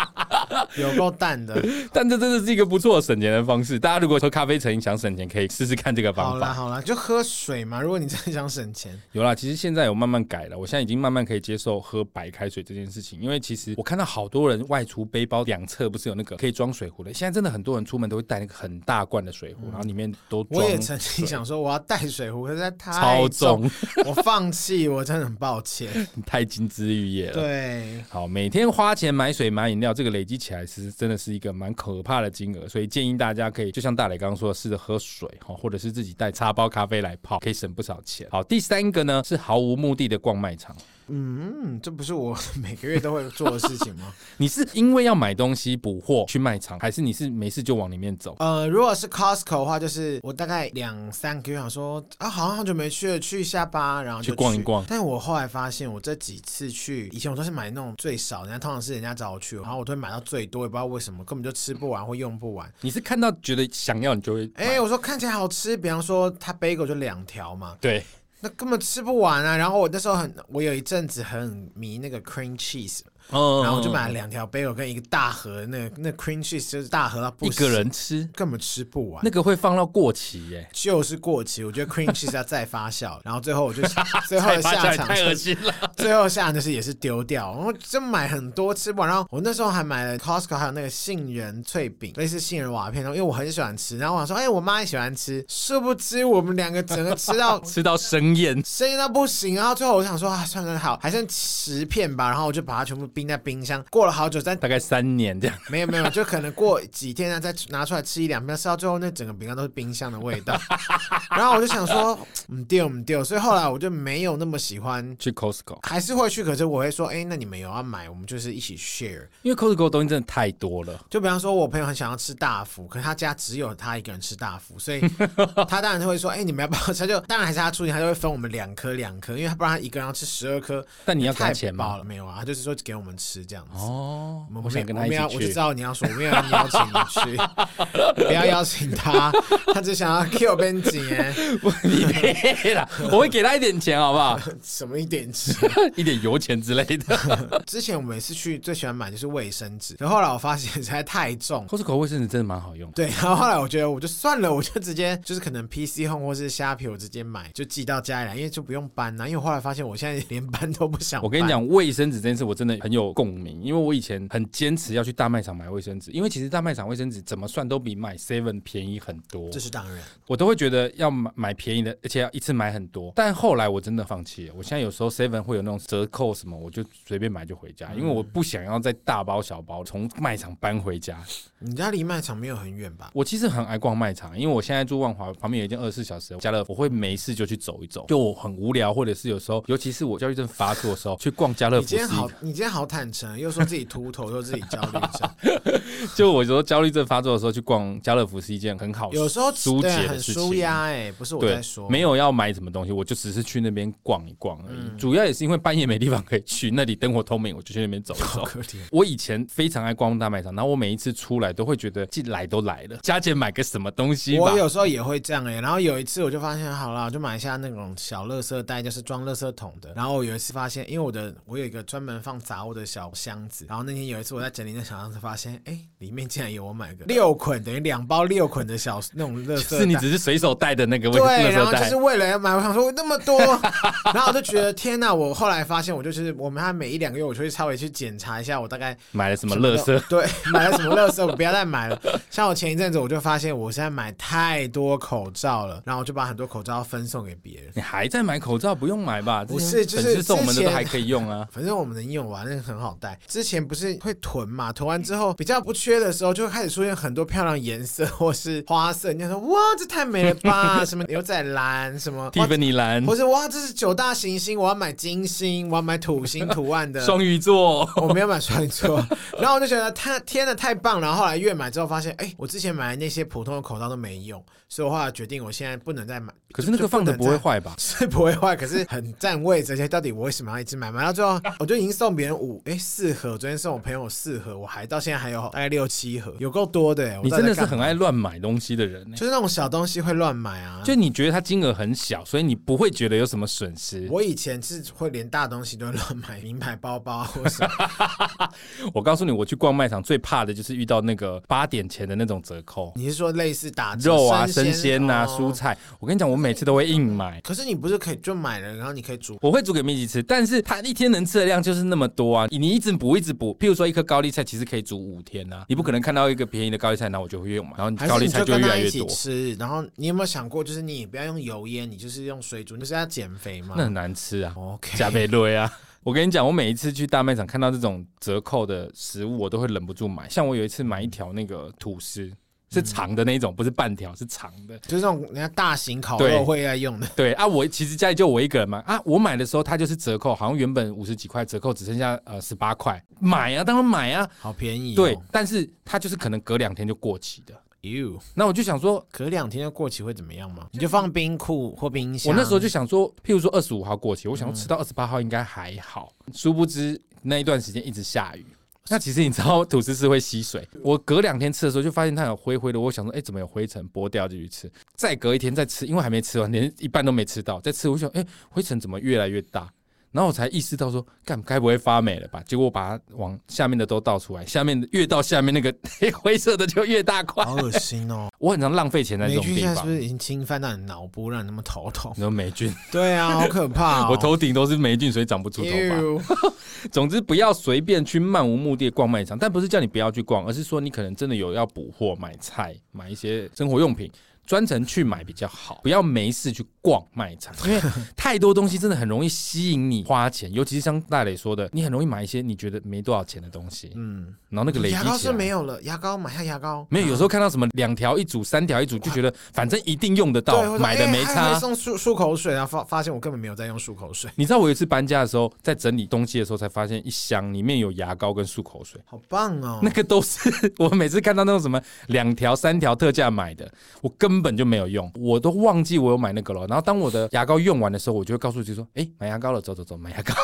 S2: 有够淡的。
S1: 但这真的是一个不错的省钱的方式。大家如果喝咖啡成瘾想省钱，可以试试看这个
S2: 好
S1: 方
S2: 啦
S1: 法。
S2: 好啦，就喝水嘛。如果你真的想省钱，
S1: 有啦，其实现在有慢慢改了，我现在已经慢慢可以接受喝白开水这件事情，因为其实我看到好多人外出背包两侧不是有那个可以装水壶的，现在真的很多人出门都会带那个很大罐的水壶，然后里面都
S2: 我
S1: 装
S2: 也曾经想说我要带水壶，可是它太
S1: 超
S2: 重，
S1: 重，
S2: 我放弃，我真的很抱 歉。
S1: 太金枝玉叶了。
S2: 对，
S1: 好，每天花钱买水买饮料，这个累积起来是真的是一个蛮可怕的金额，所以建议大家可以就像大磊刚刚说的，试着喝水哈，或者是自己带茶包咖啡来泡，可以省不少钱。好，第三个呢是毫无目的的逛卖场。
S2: 嗯，这不是我每个月都会做的事情吗？
S1: 你是因为要买东西补货去卖场，还是你是没事就往里面走？
S2: 呃，如果是 Costco 的话，就是我大概两三个月想说啊，好像好久没去了，去一下吧，然后就
S1: 去逛一逛
S2: 但我后来发现，我这几次去，以前我都是买那种最少，人家通常是人家找我去，然后我都会买到最多，也不知道为什么，根本就吃不完或用不完。
S1: 你是看到觉得想要你就会
S2: 哎、
S1: 买，
S2: 我说看起来好吃，比方说它 bagel 就两条嘛，
S1: 对，
S2: 那根本吃不完啊。然后我那时候很，我有一阵子很迷那个 cream cheese，
S1: 嗯
S2: 然后我就买了两条 bagel 跟一个大盒，那个那 cream cheese 就是大盒到不
S1: 一
S2: 行
S1: 个人吃，
S2: 根本吃不完
S1: 那。个会放到过期耶、
S2: 就是过期， 我觉得 cream cheese 要再发酵，然后最后我就 最哎后的
S1: 发
S2: 下
S1: 现
S2: 场
S1: 哎 太
S2: 就
S1: 恶
S2: 是
S1: 心了。
S2: 最后下场就是也是丢掉，然后就买很多吃不完。然后我那时候还买了 Costco 还有那个杏仁脆饼，类似杏仁瓦片，然后因为我很喜欢吃，然后我想说，哎、我妈也喜欢吃，殊不知我们两个整个吃到
S1: 吃到生厌，
S2: 生意到不行，然后最后我想说啊，算了好，还剩十片吧，然后我就把它全部冰在冰箱，过了好久再
S1: 大概三年这样。
S2: 没有没有，就可能过几天啊呢，再拿出来吃一两片，吃到最后那整个饼干都是冰箱的味 道。然后我就想说，嗯丢嗯丢，所以后来我就没有那么喜欢。
S1: 去 Costco，
S2: 还是会去，可是我会说，哎、那你们有要买，我们就是一起 share。
S1: 因为 Costco 的东西真的太多了。
S2: 就比方说，我朋友很想要吃大福，可是他家只有他一个人吃大 福，所以他当然就会说，哎、你们要不要吃？他就当然还是他出钱，他就会分我们两颗两颗，因为他不然他一个人要吃十二颗，
S1: 但你要给他
S2: 太
S1: 钱
S2: 饱
S1: 吗？
S2: 了没有啊？他就是说给我们吃这样子。
S1: 哦
S2: 我，们
S1: 我想跟
S2: 我
S1: 他
S2: 们
S1: 一
S2: 要，
S1: 起
S2: 我就知
S1: 去。
S2: 道你要说，我没有要邀请你去，不要邀请他，他只想要 Q 边景哎，
S1: 你别啦，我会给他一点钱，好不 好？
S2: 什么一点钱？
S1: 一点油钱之类的。
S2: 之前我每次去最喜欢买就是卫生纸，可后来我发现实在太重。
S1: Costco 卫生纸真的蛮好用的。
S2: 对，然后后来我觉得我就算了，我就直接就是可能 PC Home 或是虾皮，我直接买就寄到家里来，因为就不用搬啊啦、因为我后来发现我现在连搬都不想。
S1: 我跟你，讲，卫生纸这件事我真的很有共鸣，因为我以前很坚持要去大卖场买卫生纸，因为其实大卖场卫生纸怎么算都比买 Seven 便宜很多，
S2: 这是当然。
S1: 我都会觉得要买买便宜的，而且要一次买很多。但后来我真的放弃了，我现在有时候 Seven 会有那种折扣什么，我就随便买就回
S2: 嗯
S1: 家，因为我不想要再大包小包从卖场搬回家。
S2: 你家离卖场没有很远吧？
S1: 我其实很爱逛卖场，因为我现在住万华，旁边有一间二十四小时的家乐福，我会没事就去走一走，就我很无聊，或者是有时候，尤其是我焦虑症发作的时候，去逛家乐
S2: 你
S1: 福是
S2: 今
S1: 一
S2: 天
S1: 个。
S2: 好，你今天好坦诚，啊又说自己秃头，又自己焦虑症，
S1: 就我说焦虑症发作的时候去逛家乐福是一件很好，
S2: 有时候
S1: 哦疏解
S2: 对啊
S1: 的
S2: 很
S1: 事
S2: 舒
S1: 情。
S2: 压哎，不是我
S1: 对
S2: 在，说，
S1: 没有要买什么东西，我就只是去那边逛一逛而已。
S2: 嗯
S1: 主要也是因为半夜没地方可以去，那里灯火通明，我就去那边走一
S2: 好
S1: 走。
S2: 可怜。
S1: 我以前非常爱逛大卖场，然后我每一次出来都会觉得，既来都来了，加减买个什么东西吧
S2: 我。有时候也会这样哎、然后有一次我就发现，好啦，我就买一下那种小垃圾袋，就是装垃圾桶的。然后我有一次发现，因为我的我有一个专门放杂物的小箱子，然后那天有一次我在整理那小箱子，发现哎、里面竟然有我 买个六捆，等于两包六捆的小那种垃圾袋。
S1: 是你只是随手带的那个卫
S2: 对，
S1: 垃
S2: 然
S1: 圾
S2: 后就
S1: 袋
S2: 是，为了要买，我想说那么多， 然后我就觉得天哪！我后来发现，我就是我们还每一两个月，我就会稍微去检查一下，我大概
S1: 买了什么垃圾？
S2: 对， 买了什么垃圾，我不要再买了。像我前一阵子，我就发现我现在买太多口罩了，然后我就把很多口罩分送给别人。
S1: 你还在买口罩？不用买吧？
S2: 不
S1: 这些
S2: 是就是
S1: 粉丝送我们的
S2: 之
S1: 都
S2: 前
S1: 还可以用 啊。
S2: 反正我们能用完，那个很好带。之前不是会囤嘛，囤完之后比较不缺的时候，就会开始出现很多漂亮颜色或是花色。人家说哇，这太美了吧？什么牛仔蓝，什么
S1: 蒂芬尼蓝
S2: 或，是哇，这是九大行星，我要买金星，我要买土星图案的。
S1: 双鱼座。
S2: 我没有买双鱼座，然后我就觉得他天呐太棒了，然后后来越买之后发现，哎、我之前买的那些普通的口罩都没用，所以我后来决定我现在不能再买，
S1: 可是那个放的不会坏吧？
S2: 是不会坏，可是很占位置，而且到底我为什么要一直买？买到最后，我就已经送别人五哎、四盒，昨天送我朋友四盒，我还到现在还有大概六七盒，有够多的、哎我
S1: 你
S2: 到底
S1: 真的
S2: 在
S1: 是
S2: 干
S1: 很爱乱买东西的人、欸。
S2: 就是那种小东西会乱买啊，
S1: 就你觉得它金额很小，所以你不会觉得有什么损失。
S2: 我以前是会连大东西都乱买，名牌包包或什么。
S1: 我告诉你，我去逛卖场最怕的就是遇到那个八点前的那种折扣，
S2: 你是说类似打折
S1: 肉啊、生鲜啊、
S2: 哦
S1: 蔬菜。我跟你讲，我每次都会硬买。
S2: 可是你不是可以就买了，然后你可以煮
S1: 我会煮给米奇吃，但是它一天能吃的量就是那么多啊！你一直补一直补，譬如说一颗高丽菜，其实可以煮五天啊。你不可能看到一个便宜的高丽菜，然后我就会用嘛，然后你
S2: 还
S1: 高
S2: 是
S1: 丽
S2: 你
S1: 菜
S2: 就
S1: 就会越
S2: 跟他
S1: 来
S2: 一
S1: 越
S2: 起
S1: 多。
S2: 吃？然后你有没有想过，就是你也不要用油烟，你就是用水煮，你就是要减肥嘛？
S1: 那很难吃啊。
S2: OK，
S1: 加倍瑞啊！我跟你讲，我每一次去大卖场看到这种折扣的食物，我都会忍不住买。像我有一次买一条那个吐司，是长的那种，不是半条，是长的。
S2: 就是那种人家大型烤
S1: 对
S2: 肉会来用的。
S1: 对啊，我其实家里就我一个人嘛。啊，我买的时候它就是折扣，好像原本五十几块，折扣只剩下呃十八块，买啊，当然买啊。
S2: 好便宜、哦，
S1: 对，但是它就是可能隔两天就过期的。
S2: ，you
S1: 那我就想说，
S2: 隔两天就过期会怎么样吗？你就放冰库或冰箱。
S1: 我那时候就想说，譬如说二十五号过期，我
S2: 嗯
S1: 想说吃到二十八号应该还好，殊不知那一段时间一直下雨。那其实你知道吐司是会吸水，我隔两天吃的时候就发现它有灰灰的，我想说，哎、怎么有灰尘？剥掉就去吃，再隔一天再吃，因为还没吃完，连一半都没吃到，再吃我就想，哎、灰尘怎么越来越大？然后我才意识到说，干该不会发霉了吧？结果我把它往下面的都倒出来，下面的越到下面那个 黑灰色的就越大块。
S2: 好恶心 哦！
S1: 我很常浪费钱在这
S2: 霉
S1: 种
S2: 菌
S1: 地
S2: 现在是
S1: 方
S2: 不。是已经侵犯到你脑部，让你那么头痛
S1: 你？说霉菌，
S2: 对啊，好可怕、哦！
S1: 我头顶都是霉菌，所以长不出头发。
S2: You
S1: 总之，不要随便去漫无目的地逛卖场，但不是叫你不要去逛，而是说你可能真的有要补货、买菜、买一些生活用品，专程去买比较好，不要没事去逛卖 场，因为太多东西真的很容易吸引你花钱，尤其是像大磊说的，你很容易买一些你觉得没多少钱的东西，
S2: 嗯，
S1: 然后那个累积
S2: 牙膏
S1: 起
S2: 是没
S1: 来。
S2: 有了，牙膏买下牙膏。
S1: 没有，有时候看到什么两条一组、三条一组，就觉得反正一定用得
S2: 对，哎
S1: 到，买的没
S2: 还
S1: 差
S2: 会。送漱漱口水，然后发发现我根本没有在用漱口水，
S1: 你知道我有一次搬家的时候，在整理东西的时候，才发现一箱里面有牙膏跟漱口水。
S2: 好棒哦！
S1: 那个都是我每次看到那种什么两条、三条特价买的，我根本就没有用，我都忘记我有买那个了。然后当我的牙膏用完的时候，我就会告诉自己说：“哎、买牙膏了，走走走，买牙膏。”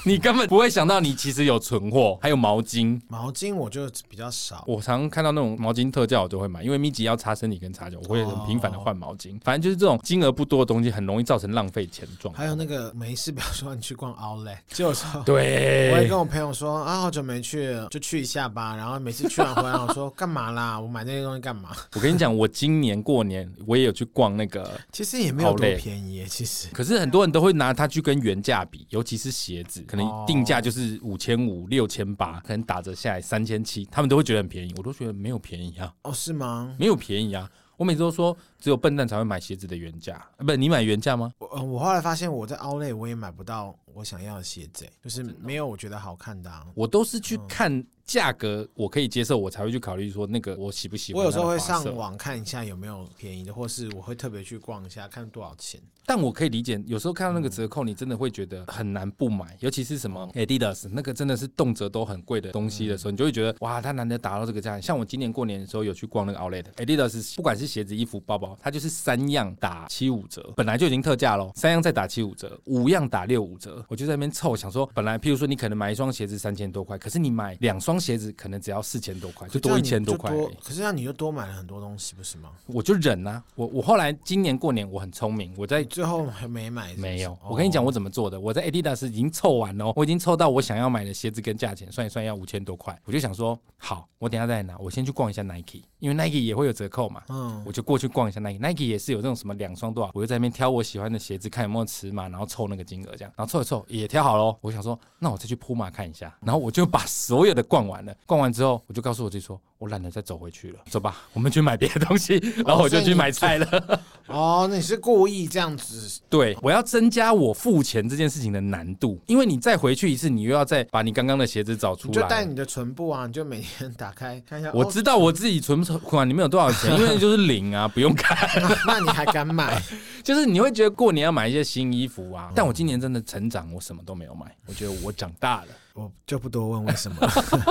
S1: 你根本不会想到你其实有存货，还有毛巾。
S2: 毛巾我就比较少，
S1: 我常看到那种毛巾特价，我就会买，因为咪吉要擦身体跟擦脚，我会很频繁的换毛巾。反正就是这种金额不多的东西，很容易造成浪费钱状况。
S2: 还有那个没事，不要说你去逛 Outlet，就说。我也
S1: 对
S2: 跟，我朋友说啊，好久没去了，就去一下吧。然后每次去完回来，我说干嘛啦？我买那些东西干嘛？
S1: 我跟你讲，我今年过年我也有去逛那个，
S2: 其实也没有多
S1: Outlet
S2: 便宜耶，其实
S1: 可是很多人都会拿它去跟原价比，尤其是鞋子，可能定价就是
S2: 哦
S1: 五千五、六千八，可能打折下来三千七，他们都会觉得很便宜，我都觉得没有便宜啊，
S2: 哦，是吗？
S1: 没有便宜啊。我每次都说，只有笨蛋才会买鞋子的原价，啊不，你买原价吗？
S2: 我、呃、我后来发现我在 Outlet 我也买不到我想要的鞋子耶，就是
S1: 哦
S2: 没有我觉得好看的、啊。
S1: 我都是去看价格，我可以接受，我才会去考虑说那个我喜不喜欢。
S2: 我有时候会上，网看一下有没有便宜的，或是我会特别去逛一下看多少钱。
S1: 但我可以理解，有时候看到那个
S2: 嗯
S1: 折扣，你真的会觉得很难不买，尤其是什
S2: 哦
S1: 么 Adidas 那个真的是动辄都很贵的东
S2: 嗯
S1: 西的时候，你就会觉得哇，它难得达到这个价。像我今年过年的时候有去逛那个 Outlet，Adidas 不管是鞋子、衣服、包包，它就是三样打七五折，本来就已经特价喽，三样再打七五折，五样打六五折，我就在那边凑，想说本来譬如说你可能买一双鞋子三千多块，可是你买两双鞋子可能只要四千多块，就多一千多块
S2: 这
S1: 而已
S2: 样你就。多可是那你就多买了很多东西，不是吗？
S1: 我就忍啊。我我后来今年过年我很聪明，我在
S2: 你最后还没买是不是
S1: 没有
S2: 哦，
S1: 我跟你讲我怎么做的。我在 Adidas 已经凑完了哦，我已经凑到我想要买的鞋子跟价钱，算一算要五千多块。我就想说，好，我等一下再来拿。我先去逛一下 Nike，因为 Nike 也会有折扣嘛。
S2: 嗯，
S1: 我就过去逛一下 Nike，Nike 也是有这种什么两双多少，啊我就在那边挑我喜欢的鞋子，看有没有尺码，然后凑那个金额这样，然后凑一凑也挑好喽。我想说，那我再去铺马看一下，然后我就把所有的逛完了，逛完之后我就告诉我自己说，我懒得再走回去了，走吧，我们去买别的东西，然后我就去买菜了。
S2: 哦，那你是故意这样子？
S1: 对，我要增加我付钱这件事情的难度，因为你再回去一次，你又要再把你刚刚的鞋子找出
S2: 你就带
S1: 来。
S2: 你的唇部啊，你就每天 打开看一下。
S1: 我
S2: 哦
S1: 知道我自己存款里面有多少 钱，因为就是零啊，不用看。
S2: 那你还敢买？
S1: 就是你会觉得过年要买一些新衣服啊，但我今年真的成长，我什么都没有买，我觉得我长 大了，
S2: 我就不多问为什么了。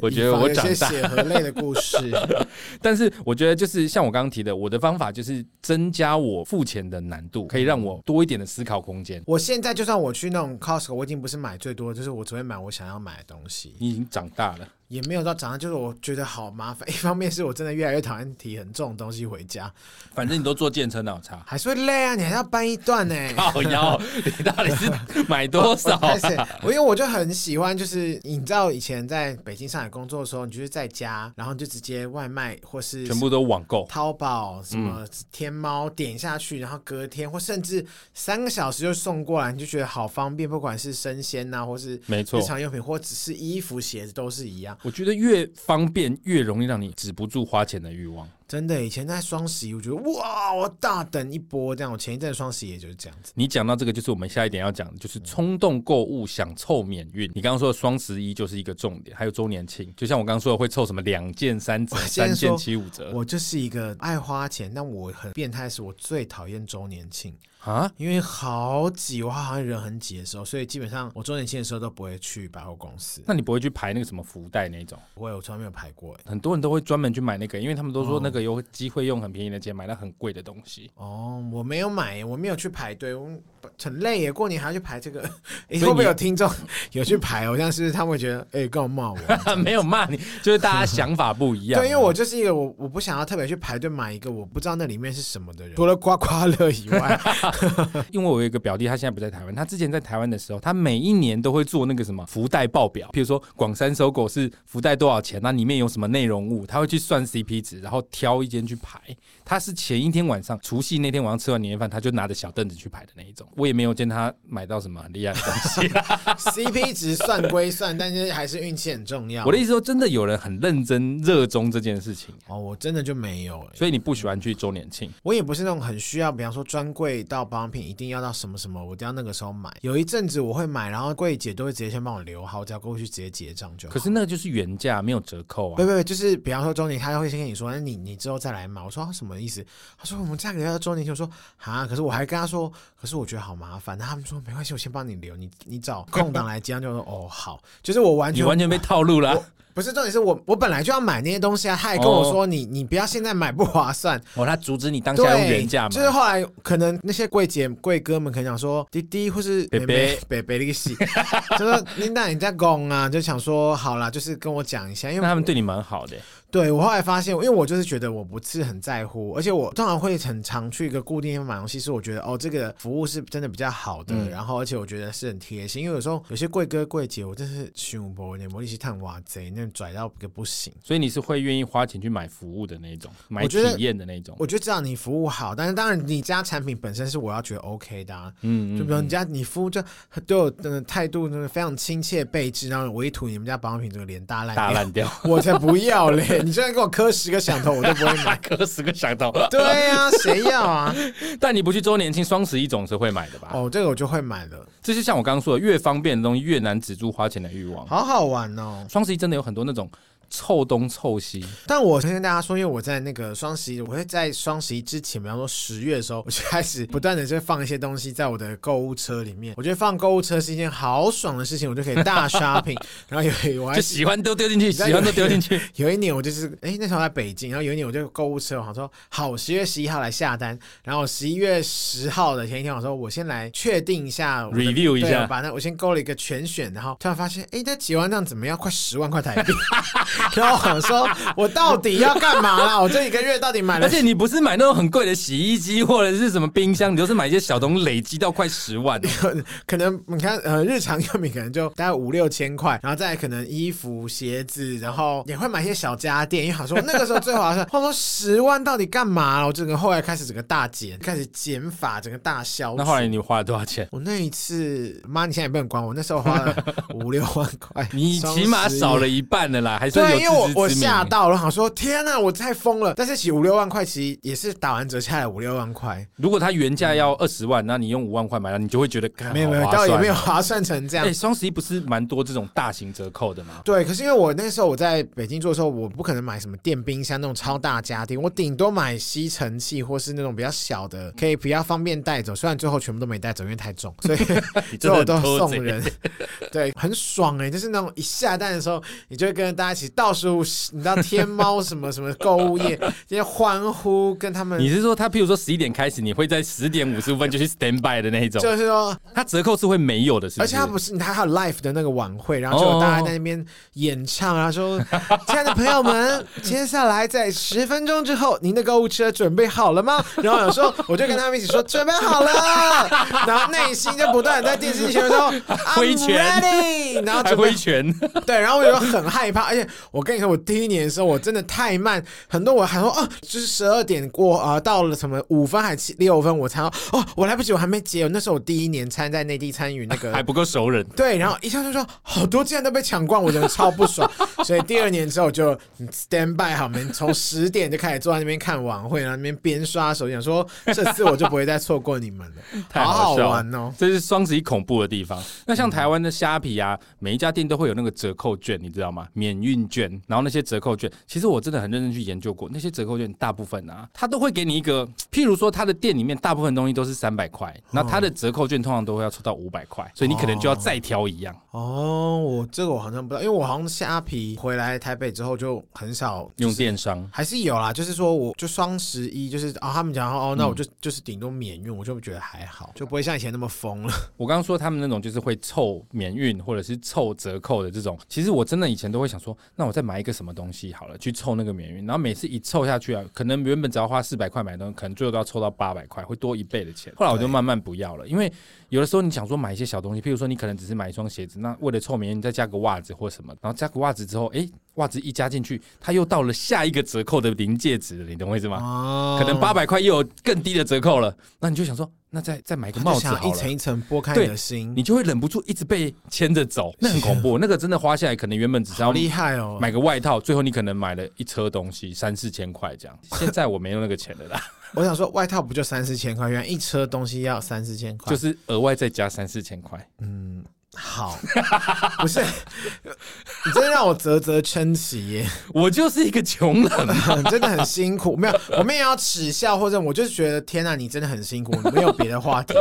S1: 我觉得
S2: 以防
S1: 我
S2: 有
S1: 长
S2: 些
S1: 大。
S2: 血和泪的故事。
S1: 但是我觉得就是像我刚刚提的，我的方法就是增加我付钱的难度，可以让我多一点的思考空间。
S2: 我现在就算我去那种 Costco，我已经不是买最多的，就是我只会买我想要买的东西，
S1: 你已经长大了，
S2: 也没有到早上就是我觉得好麻烦。一 方面是我真的越来越讨厌提很重的东西回家，。
S1: 反正你都做健身脑茶
S2: 还是会累啊，你还要搬一段呢、
S1: 靠腰，你到底是买多少啊
S2: 开？始，我因为我就很喜欢，就是你知道以前在北京、上海工作的时候，你就是在家，然后你就直接外卖或是
S1: 全部都网购。
S2: 淘宝什
S1: 嗯
S2: 么天猫点下去，然后隔天或甚至三个小时就送过来，你就觉得好方便，不管是生鲜呐、或是
S1: 没错
S2: 日常用品，或只是衣服、鞋子都是一样。
S1: 我觉得越方便越容易让你止不住花钱的欲望。
S2: 真的，以前在双十一，我觉得哇，我大等一波这样。我前一阵双十一也就是这样子，
S1: 你讲到这个，就是我们下一点要讲的，就是冲动购物想凑免运。你刚刚说的双十一就是一个重点，还有周年庆，就像我刚刚说的，会凑什么两件三折、
S2: 我先
S1: 三件
S2: 说
S1: 七五折
S2: 我就是一个爱花钱，但我很变态，是我最讨厌周年庆，
S1: 啊？
S2: 因为好挤，我好像人很挤的时候，所以基本上我周年庆的时候都不会去百货公司，
S1: 那你不会去排那个什么福袋那种？
S2: 我有从来没有排过哎。
S1: 很多人都会专门去买那个，因为他们都说那个有机会用很便宜的钱买到很贵的东西。
S2: 哦，我没有买，我没有去排队，我很累耶。过年还要去排 这个，
S1: 所以
S2: 诶
S1: 你
S2: 会不会有听 众有去排？我像是不是他们会觉得，哎、干嘛骂 我？
S1: 没有骂你，就是大家想法不一样。啊
S2: 对，因为我就是一个我我不想要特别去排队买一个我不知道那里面是什么的人，除了刮刮乐以 外，
S1: 因为我有一个表弟，他现在不在台湾，他之前在台湾的时候，他每一年都会做那个什么福袋报表，譬如说广山搜狗是福袋多少钱，那里面有什么内容物，他会去 算 CP 值，然后挑一间去排。他是前一天晚上，除夕那天晚上吃完年夜饭，他就拿着小凳子去排的那一种。我也没有见他买到什么很厉害的 东西。
S2: CP 值算归算，但是还是运气很重要。
S1: 我的意思说，真的有人很认真热衷这件事情，
S2: 哦，我真的就没有、欸，
S1: 所以你不喜欢去周年庆。
S2: 我也不是那种很需要，比方说专柜到保养品一定要到什么什么，我一定要那个时候买。有一阵子我会买，然后柜姐都会直接先帮我留好，我只要过去直接结账就好。
S1: 可是那个就是原价，没有折扣
S2: 不
S1: 啊。
S2: 不不，就是比方说周年，他会先跟你说，那你你你之后再来买。我说、啊、什么意思？他说我们价格要周年庆。我说啊，可是我还跟他说，可是我觉得好麻烦。他们说没关系，我先帮你留，你 你找空档来接。他就说哦好，就是我完
S1: 你
S2: 全
S1: 完全被套路了啊
S2: 我。不是重点是我我本来就要买那些东西啊，他还跟我说、你你不要现在买不划算。
S1: 哦，他阻止你哦 当
S2: 对，
S1: 下用原价
S2: 就是
S1: 嘛？
S2: 后来可能那些柜姐、柜哥们可能想说，弟弟 或是
S1: 伯
S2: 妹妹、 北北那个戏，就说你那你在拱啊，就想说好啦，就是跟我讲一下，因
S1: 那
S2: 为
S1: 他们对你蛮好的、
S2: 对我后来发现，因为我就是觉得我不是很在乎，而且我通常会很常去一个固定地方买东西，是我觉得哦这个服务是真的比较好的，
S1: 嗯
S2: 然后而且我觉得是很贴心，因为有时候有些柜哥柜姐我真是胸薄一点，我一起探哇贼，那拽到个不行。
S1: 所以你是会愿意花钱去买服务的那一种，买
S2: 我
S1: 体
S2: 觉得
S1: 验的那一种。
S2: 我觉得只要你服务好，但是当然你家产品本身是我要觉得 OK 的、啊，
S1: 嗯
S2: 就比如你家你服务就对我的态度真的非常亲切备至，然后我一吐你们家保养品，这个脸大烂
S1: 大
S2: 掉，
S1: 烂 掉，
S2: 我才不要嘞！你居然给我磕十个响头，我都不会 买。
S1: 磕十个响头。
S2: 对呀、谁要啊？
S1: 但你不去周年庆、双十一总是会买的吧？
S2: 哦，这个我就会买了，
S1: 这就像我刚刚说的，越方便的东西越难止住花钱的欲望。
S2: 好好玩哦。
S1: 双十一真的有很多那种凑东凑西，
S2: 但我先跟大家说，因为我在那个双十一，我会在双十一之前，比方说十月的时候，我就开始不断的就放一些东西在我的购物车里面。我觉得放购物车是一件好爽的事情，我就可以大 shopping。然后有我还
S1: 就喜欢都丢进去，喜欢都丢进去。
S2: 有一年我就是，哎、那时候在北京，然后有一年我就购物车，我想说好，十月十一号来下单，然后十一月十号的前一天，我说我先来确定一下我的
S1: Review 一下
S2: 对啊我把那我先勾了一个全选，然后突然发现，哎、那结完账怎么要快十万块台币？ 然后我想说，我到底要干嘛啦？我这一个月到底 买了
S1: 而？且你不是买那种很贵的洗衣机或者是什么冰箱，你都是买一些小东西，累积到快十万哦。
S2: 可能你看，呃，日常用品可能就大概五六千块，然后再来可能衣服、鞋子，然后也会买一些小家电，因为好说那个时候最划算。话说十万到底干嘛？我整个后来开始整个大减，开始减法，整个大 消。
S1: 那后来你花了多少钱？
S2: 我那一次，妈，你现在也不能管我，那时候花了五六万 块，
S1: 你起码少
S2: 了。
S1: 了一半了啦，还算有
S2: 对，
S1: 自
S2: 因为我
S1: 知
S2: 我
S1: 之明
S2: 吓到了，我想说天哪、我太疯了。但是其实五六万块，其实也是打完折下来五六万块，
S1: 如果它原价要二十万，那你用五万块买了，你就会觉得干
S2: 没有没有，
S1: 好划
S2: 倒也
S1: 算
S2: 没有划算成这样
S1: 哎、。双十一不是蛮多这种大型折扣的吗？
S2: 对，可是因为我那时候我在北京做的时候，我不可能买什么电冰箱那种超大家电，我顶多买吸尘器或是那种比较小的，可以比较方便带走。虽然最后全部都没带走，因为太重， 所以
S1: 你
S2: 最后都
S1: 很偷
S2: 送
S1: 贼
S2: 人。 对，很爽哎、就是那种一下单的时候，你就会跟大家一起倒数，你知道天猫什么什么购物 业，这些欢呼，跟他
S1: 你
S2: 们。
S1: 是说他，譬如说十一点开始，你会在十点五 十五分就去 stand by 的那一种？
S2: 就是说，
S1: 它折扣是会没有的，是不
S2: 而
S1: 是？哦
S2: 且他不是，他还有 live 的那个晚会，然后就有大家在那边演唱，然后说：“ 亲爱的朋友们，接下来在十分钟之后，您的购物车准备好了吗？”然后有时候我就跟他们一起说：“准备好了。” 然后内心就不断地在电视前面说
S1: 挥
S2: ：“I'm
S1: 拳
S2: ready。”然后
S1: 还
S2: 准
S1: 挥
S2: 备
S1: 拳，
S2: 对，然后我就很害怕，而且我跟你说，我第一年的时候我真的太慢，很多我还说哦，就是十二点过啊、到了什么五分还七六分，我才说哦，我来不及，我还没结。那时候我第一年参在内地参与那个
S1: 还不够熟人。
S2: 对，然后一下就说好多竟然都被抢光，我 真的超不爽。所以第二年之后就 stand by 好，我们从十点就开始坐在那边看晚会，然后那边边刷手机，想说这次我就不会再错过你们了，
S1: 太好
S2: 好
S1: 笑了
S2: 玩哦。
S1: 这是双十一恐怖的地方。那像台湾的虾皮啊，每一家店都会有那个折扣券，你知道吗？免运券，然后那些折扣券，其实我真的很认真去研究过，那些折扣券大部分啊，它都会给你一个，譬如说它的店里面大部分东西都是三百块，那它的折扣券通常都会要抽到五百块，所以你可能就要再挑一样。
S2: 哦，我这个我好像不知道，因为我好像虾皮回来台北之后就很少
S1: 用电商，
S2: 还是有啦，就是说，我就双十一，就是哦，他们讲说
S1: 嗯
S2: 哦，那我就、就是顶多免运，我就觉得还好，就不会像以前那么疯了。
S1: 我刚刚说他们那种就是会凑免运或者是凑折扣的这种，其实我真的以前都会想说，那我再买一个什么东西好了，去凑那个免运。然后每次一凑下去啊，可能原本只要花四百块买的东西，可能最后都要凑到八百块，会多一倍的钱。后来我就慢慢不要了，因为有的时候你想说买一些小东西，譬如说你可能只是买一双鞋子，那为了凑免运，你再加个袜子或什么，然后加个袜子之后，诶，袜子一加进去，它又到了下一个折扣的临界值了，你懂我意思吗？
S2: 哦
S1: 可能八百块又有更低的折扣了，那你就想说，那再再买个
S2: 他
S1: 帽
S2: 就
S1: 子好
S2: 想一
S1: 了。
S2: 层一层剥开你的心，
S1: 你就会忍不住一直被牵着 走，那很恐怖。 那个真的花下来，可能原本只是
S2: 好
S1: 要
S2: 厉害哦！
S1: 买个外套，最后你可能买了一车东西，三四千块 这样。现在我没有那个钱了啦，
S2: 我想说，外套不就三四千块，原来一车东西要三四千块，
S1: 就是额外再加三四千块。
S2: 嗯，好， 不是，你真的让我啧啧称奇耶，
S1: 我就是一个穷人，
S2: 真的很辛苦。没有，我们也要耻笑，或者我就是觉得天哪、你真的很辛苦，没有别的话题。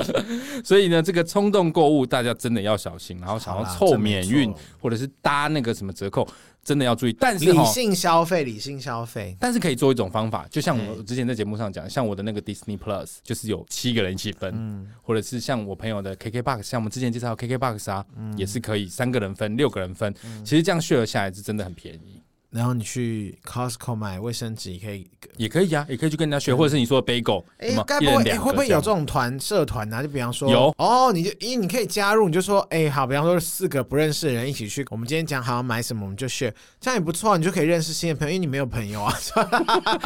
S1: 所以呢，这个冲动购物大家真的要小心，然后想要
S2: 好啦
S1: 凑
S2: 这没
S1: 免运
S2: 错
S1: 或者是搭那个什么折扣，真的要注意。但是
S2: 理
S1: 哈，
S2: 性消费，理性消费，
S1: 但是可以做一种方法，就像我
S2: 嗯
S1: 之前在节目上讲，像我的那个 Disney Plus，就是有七个人一起分，
S2: 嗯
S1: 或者是像我朋友的 KKBox，像我们之前介绍的 KKBox 啊，
S2: 嗯
S1: 也是可以三个人分、六个人分，其实这样 share 下来是真的很便宜，
S2: 然后你去 Costco 买卫生纸，可以。
S1: 也可以啊，也可以去跟人家学，或者是你说的 Bagel，
S2: 嗯哎
S1: 什么，
S2: 该
S1: 一
S2: 不
S1: 人
S2: 会、
S1: 两
S2: 哎
S1: 个
S2: 会不会有
S1: 这
S2: 这
S1: 样
S2: 种团社团啊呢、就比方说，
S1: 有
S2: 哦，你就咦，你可以加入，你就说，哎、好，比方说四个不认识的人一起去，我们今天讲好要买什么，我们就 share，这样也不错、啊，你就可以认识新的朋友，因为你没有朋友 啊。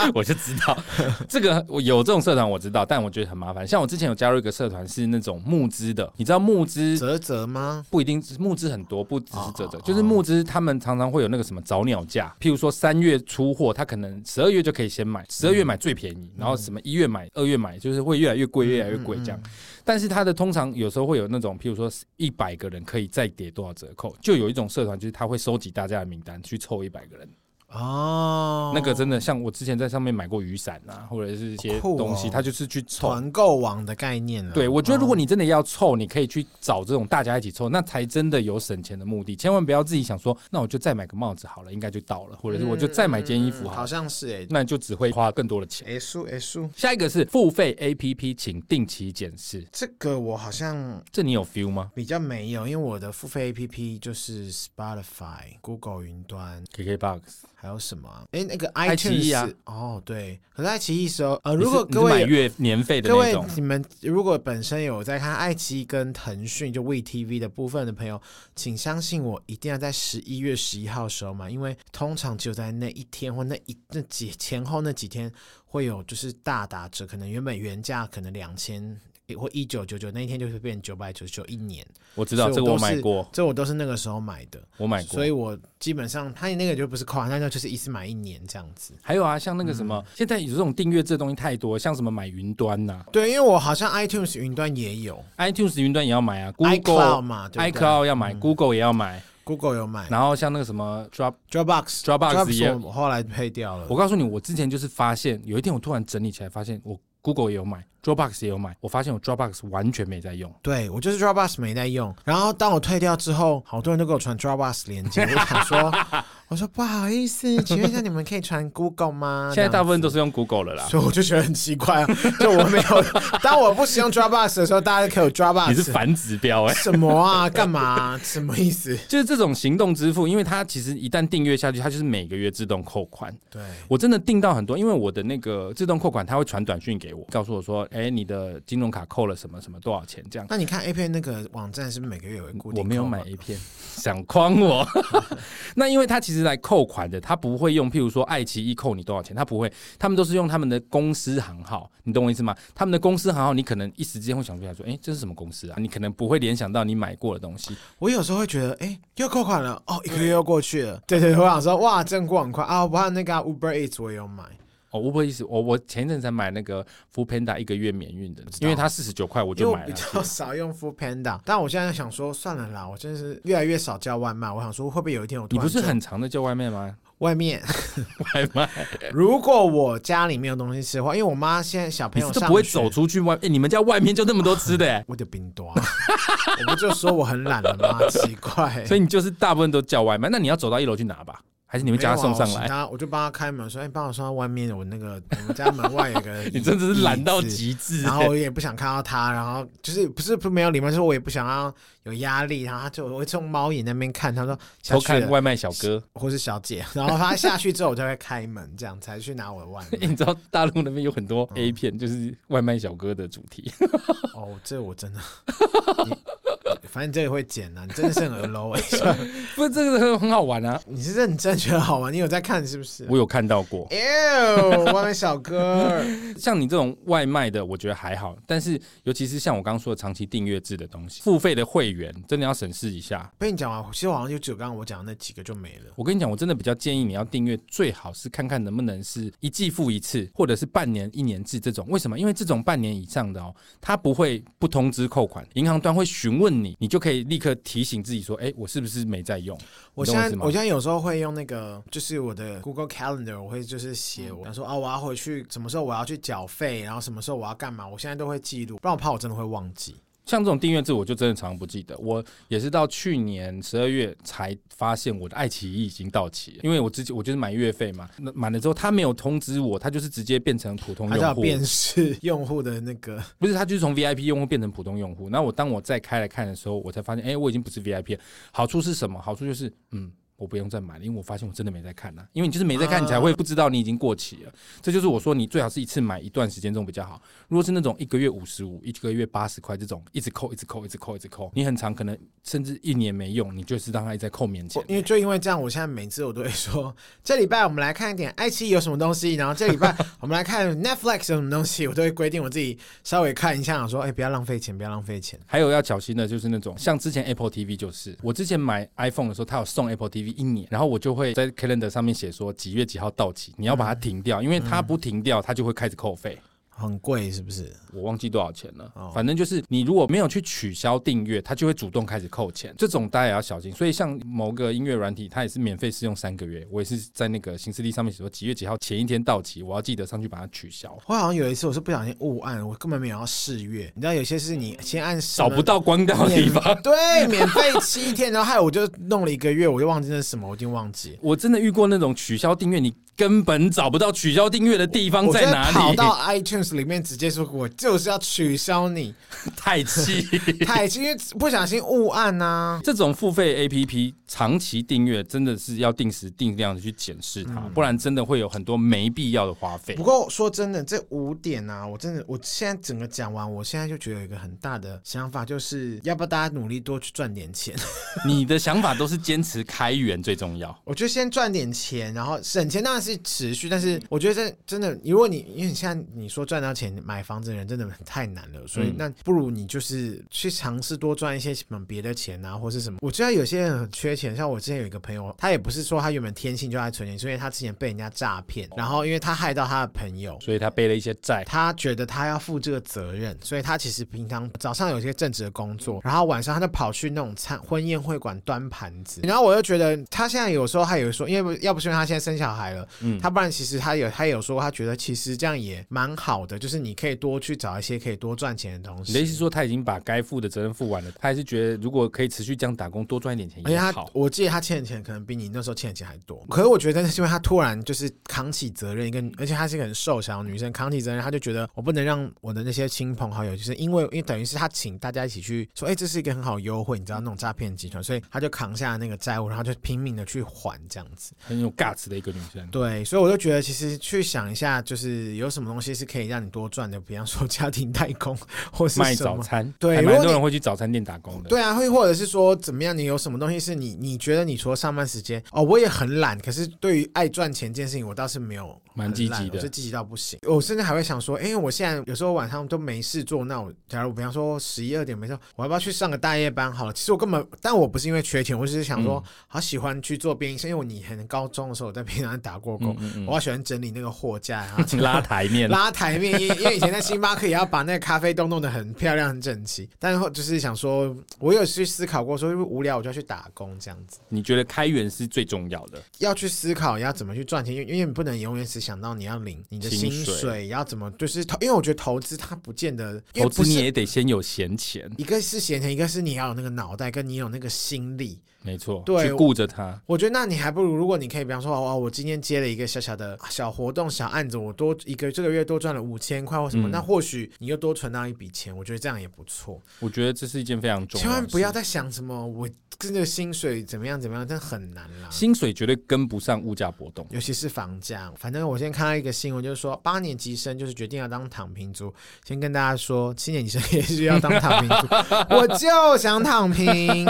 S1: 我就知道 这个我有这种社团我知道，但我觉得很麻烦。像我之前有加入一个社团是那种募资的，你知道募资
S2: 泽 泽吗？
S1: 不一定是募资很多，不只是这种，
S2: 哦
S1: 就是募资他们常常会有那个什么早鸟价，譬如说三月出货，他可能十二月就可以先买，十二月买最便宜，然后什么一月买、二月买，就是会越来越贵，越来越贵这
S2: 嗯
S1: 样。但是它的通常有时候会有那种，譬如说一百个人可以再叠多少折扣，就有一种社团就是他会收集大家的名单去凑一百个人。
S2: 哦，
S1: 那个真的像我之前在上面买过雨伞啊，或者是一些
S2: 好酷哦
S1: 东西，他就是去凑。
S2: 团购网的概念了。啊
S1: 对，啊我觉得如
S2: 哦
S1: 果你真的要凑，你可以去找这种大家一起凑，那才真的有省钱的目的。千万不要自己想说，那我就再买个帽子好了，应该就到了，或者是我就再买件衣服
S2: 嗯
S1: 好
S2: 好
S1: 了，
S2: 像是哎、
S1: 那你就只会花更多的钱。
S2: 欸，哎数哎数，
S1: 下一个是付费 APP，请定期检视，
S2: 这个我好像
S1: 这你有 feel 吗
S2: 比较没有，因为我的付费 APP 就是 Spotify、Google 云端，
S1: ？KKBox
S2: 还有什么、啊？哎、那个
S1: 爱
S2: iTunes
S1: 奇艺啊
S2: 哦，对，可是爱奇艺时候，呃，
S1: 你是
S2: 如果
S1: 你是
S2: 各
S1: 买
S2: 位
S1: 月年费的
S2: 各
S1: 那
S2: 位
S1: 种，
S2: 你们如果本身有在看爱奇艺跟腾讯就 VTV 的部分的朋友，请相信我，一定要在十一月十一号的时候买，因为通常只有在那一天或那一那几前后那几天会有就是大打折，可能原本原价可能两千。或一九九九那一天就会变九百九十九一年，
S1: 我知道
S2: 所以
S1: 这个
S2: 我
S1: 我
S2: 都
S1: 买
S2: 是
S1: 过，
S2: 这我都是那个时候买的，
S1: 我买过，
S2: 所以我基本上它那个就不是跨，那就是一次买一年这样子。
S1: 还有啊，像那个什么，
S2: 嗯
S1: 现在有这种订阅这东西太多，像什么买云端呐、
S2: 对，因为我好像 iTunes 云端也有
S1: iTunes 云端也要买啊
S2: iCloud
S1: ，Google
S2: 嘛对不对嗯
S1: iCloud 要买、g o o g l e 也要买，
S2: Google 有买
S1: 然后像那个什么 Drop，
S2: ，Dropbox
S1: Dropbox 也
S2: 我后来配掉了
S1: 我。告诉你，我之前就是发现，有一天我突然整理起来，发现我 Google 也有买，Dropbox 也有买，我发现我 Dropbox 完全没在用。
S2: 对，我就是 Dropbox 没在用，然后当我退掉之后，好多人都给我传 Dropbox 连接，我 想说，我说不好意思，请问一下你们可以传 Google 吗？
S1: 现在大部分
S2: 啊这样子
S1: 都是用 Google 了啦。
S2: 所以我就觉得很奇怪啊，就我没有，当我不使用 Dropbox 的时候，大家就可以有 Dropbox，
S1: 你是反指标哎、
S2: 什么啊？干嘛啊、什么意思？
S1: 就是这种行动支付，因为它其实一旦订阅下去，它就是每个月自动扣款。
S2: 对，
S1: 我真的订到很多，因为我的那个自动扣款，它会传短讯给我，告诉我说，哎、你的金融卡扣了什么什么多少钱这样。
S2: 那你看 A 片那个网站是不是每个月有固定？
S1: 我没有买 A 片，想诓我。 那因为他其实来扣款的，他不会用，譬如说爱奇艺扣你多少钱，他不会，他们都是用他们的公司行号，你懂我意思吗？他们的公司行号，你可能一时之间会想不起来，说，哎、这是什么公司啊？你可能不会联想到你买过的东西。
S2: 我有时候会觉得，哎、又扣款了，哦，一个月又过去了。对对对，我想说，哇，真过很快啊！我还有那个啊、Uber Eats 我也有买，
S1: 哦，我不好意思，我我前一阵才买那个 Food Panda 一个月免运的，因为它四十九块，我
S2: 因为
S1: 就
S2: 我
S1: 买
S2: 比
S1: 了。
S2: 较少用 Food Panda，但我现在想说，算了啦，我真是越来越少叫外卖。我想说，会不会有一天我突
S1: 你
S2: 然
S1: 不是
S2: 就
S1: 很常的叫外卖 吗？
S2: 外 面？
S1: 外卖，
S2: 如果我家里没有东西吃的话，因为我妈现在小朋
S1: 你
S2: 友
S1: 是都
S2: 上
S1: 不会
S2: 学
S1: 走出去外？哎、你们家外面就那么多吃 的、哎
S2: 我的冰多啊，我不就说我很懒了吗？奇怪、
S1: 所以你就是大部分都叫外卖。那你要走到一楼去拿吧，还是你会叫他送上
S2: 没有啊我
S1: 来
S2: 请？他我就帮他开门说：“哎、帮我送到外面，我那个我们家门外有个 椅子。”
S1: 你真的是懒到极致、欸
S2: 然后我也不想看到他，然后就是不是不没有礼貌，就是我也不想要有压力，然后他就我会从猫眼那边看，他说下
S1: 偷
S2: 去
S1: 看
S2: 了，
S1: 外卖小 哥。
S2: 或是小姐，然后他下去之后我就会开门，这样才去拿我的外
S1: 欸
S2: 卖。
S1: 你知道大陆那边有很多
S2: 嗯
S1: A 片，就是外卖小哥的主题。
S2: 哦，这我真的，你反正这个会剪啊，你真的是很 low 哎、
S1: 不是这个很很好玩啊！
S2: 你是认真觉得好玩，你有在看是不是
S1: 我有看到过，
S2: ？Ew，外卖小哥，
S1: 像你这种外卖的，我觉得还好。但是尤其是像我刚刚说的长期订阅制的东西，付费的会员真的要审视一下。
S2: 被你讲完，其实好像就只有刚刚我讲的那几个就没了。
S1: 我跟你讲，我真的比较建议你要订阅，最好是看看能不能是一季付一次，或者是半年、一年制这种。为什么？因为这种半年以上的哦，它不会不通知扣款，银行端会询问你，你你就可以立刻提醒自己说，哎、我是不是没在用？
S2: 我
S1: 你懂我
S2: 现在
S1: 意思吗
S2: 我现在有时候会用那个，就是我的 Google Calendar，我会就是写
S1: 嗯
S2: 我，比方说啊，我要回去什么时候我要去缴费，然后什么时候我要干嘛，我现在都会记录，不然我怕我真的会忘记。
S1: 像这种订阅制，我就真的常常不记得。我也是到去年十二月才发现我的爱奇艺已经到期了，因为我之前我就是买月费嘛，那买了之后他没有通知我，他就是直接变成普通
S2: 还是要
S1: 用户，
S2: 辨识用户的那 个，
S1: 不是他就是从 VIP 用户变成普通用户。那我当我再开来看的时候，我才发现，哎、我已经不是 VIP 了。好处是什么？好处就是，嗯。我不用再买了，因为我发现我真的没在看呐、因为你就是没在看，你才会不知道你已经过期了。这就是我说你最好是一次买一段时间这种比较好。如果是那种一个月五十五、一个月八十块这种，一直扣、一直扣、一直扣、一直扣，你很长可能甚至一年没用，你就是让它一直在扣免钱
S2: 我。因为就因为这样，我现在每次我都会说，这礼拜我们来看一点爱奇艺有什么东西，然后这礼拜我们来看 Netflix 有什么东西，我都会规定我自己稍微看一下，我说，哎、不要浪费钱，不要浪费钱。
S1: 还有要小心的就是那种，像之前 Apple TV 就是，我之前买 iPhone 的时候，它有送 Apple TV 一年，然后我就会在 calendar 上面写说几月几号到期，你要把它停掉，因为它不停掉，它就会开始扣费。
S2: 很贵是不是？
S1: 我忘记多少钱了，
S2: 哦
S1: 反正就是你如果没有去取消订阅，它就会主动开始扣钱，这种大家也要小心。所以像某个音乐软体，它也是免费试用三个月，我也是在那个行事历上面写说几月几号前一天到期，我要记得上去把它取消。
S2: 我好像有一次我是不小心误按，我根本没有要试阅。你知道有些是你先按
S1: 找不到关掉的地方，
S2: 对，免费七天，然后害我就弄了一个月，我就忘记那是什么，我已经忘记。
S1: 我真的遇过那种取消订阅，你根本找不到取消订阅的地方
S2: 我
S1: 在
S2: 真的
S1: 哪
S2: 跑
S1: 里，
S2: 到 iTunes 里面直接说，我就是要取消你，
S1: 太 气。
S2: 太因为不小心误按啊呐、
S1: 这种付费 APP 长期订阅真的是要定时定量的去检视它，
S2: 嗯
S1: 不然真的会有很多没必要的花费
S2: 不。过说真的，这五点啊，我真的，我现在整个讲完，我现在就觉得有一个很大的想法，就是要不要大家努力多去赚点钱？
S1: 你的想法都是坚持开源最重要。
S2: 我觉得先赚点钱，然后省钱当然是持续，但是我觉得真真的，如果你因为你现在你说赚到钱买房子的人真的太难了，所以
S1: 嗯
S2: 那不如你就是去尝试多赚一些什么别的钱啊，或是什么。我知道有些人很缺钱，像我之前有一个朋友，他也不是说他原本天性就爱存钱，是因为他之前被人家诈骗，然后因为他害到他的朋友，
S1: 所以他背了一些债，
S2: 他觉得他要负这个责任，所以他其实平常早上有一些正职的工作，然后晚上他就跑去那种餐婚宴会馆端盘子。嗯然后我就觉得他现在有时候还有说，因为不要不是因为他现在生小孩了，
S1: 嗯
S2: 他不然其实他有他有说过，他觉得其实这样也蛮好的，就是你可以多去找一些可以多赚钱的东
S1: 你的意思
S2: 西。
S1: 说他已经把该负的责任负完了，他还是觉得如果可以持续这样打工，多赚一点钱
S2: 而且
S1: 也
S2: 他
S1: 好，。
S2: 我记得他欠的钱可能比你那时候欠的钱还多。可是我觉得是因为他突然就是扛起责任，一个而且她是一个很瘦小的女生，扛起责任，她就觉得我不能让我的那些亲朋好友，就是因为因为等于是她请大家一起去说，哎、这是一个很好优惠，你知道那种诈骗集团，所以她就扛下那个债务，然后就拼命的去还这样子。
S1: 很有 guts 的一个女生。
S2: 对，所以我就觉得，其实去想一下，就是有什么东西是可以让你多赚的，比方说家庭代工或是
S1: 卖
S2: 什
S1: 早
S2: 么。
S1: 餐，
S2: 对
S1: 还
S2: 如果
S1: 蛮多
S2: 你
S1: 人会去早餐店打工的。
S2: 对啊，会或者是说怎么样？你有什么东西是你你觉得你除了上班时间哦，我也很懒，可是对于爱赚钱这件事情，我倒是没有
S1: 蛮
S2: 很
S1: 积极
S2: 懒
S1: 的
S2: 我是积极到不行。我甚至还会想说，哎、我现在有时候晚上都没事做，那我假如我比方说十一二点没事，我要不要去上个大夜班好了？其实我根本，但我不是因为缺钱，我只是想说，
S1: 嗯
S2: 好喜欢去做编译，是因为我你很高中的时候我在便利商店打过工，
S1: 嗯嗯
S2: 我好喜欢整理那个货架 啊，然后
S1: 拉台面，
S2: 拉台面，因因为以前在星巴克也要把那个咖啡豆弄得很漂亮、很整齐。但后就是想说，我有去思考过，说因为无聊我就要去打工这样子，
S1: 你觉得开源是最重要的？
S2: 要去思考要怎么去赚钱，因为因为你不能永远只想到你要领你的薪
S1: 薪水
S2: 水，要怎么就是投，因为我觉得投资它不见得，因
S1: 投
S2: 为
S1: 资
S2: 不
S1: 你
S2: 是
S1: 也得先有闲钱，
S2: 一个是闲钱，一个是你要有那个脑袋，跟你有那个心力。
S1: 没错，
S2: 对
S1: 去顾着它。
S2: 我觉得那你还不如，如果你可以，比方说，哦，我今天接了一个小小的小活动、小案子，我多一个这个月多赚了五千块或什
S1: 嗯
S2: 么，那或许你又多存到一笔钱，我觉得这样也不错。
S1: 我觉得这是一件非常重要
S2: 千
S1: 的事，
S2: 万不要再想什么我真的薪水怎么样怎么样，但很难啦。
S1: 薪水绝对跟不上物价波动。
S2: 尤其是房价，反正我先看到一个新闻，就是说八年级生就是决定要当躺平族。先跟大家说， 七年级生也是要当躺平族，我就想躺平。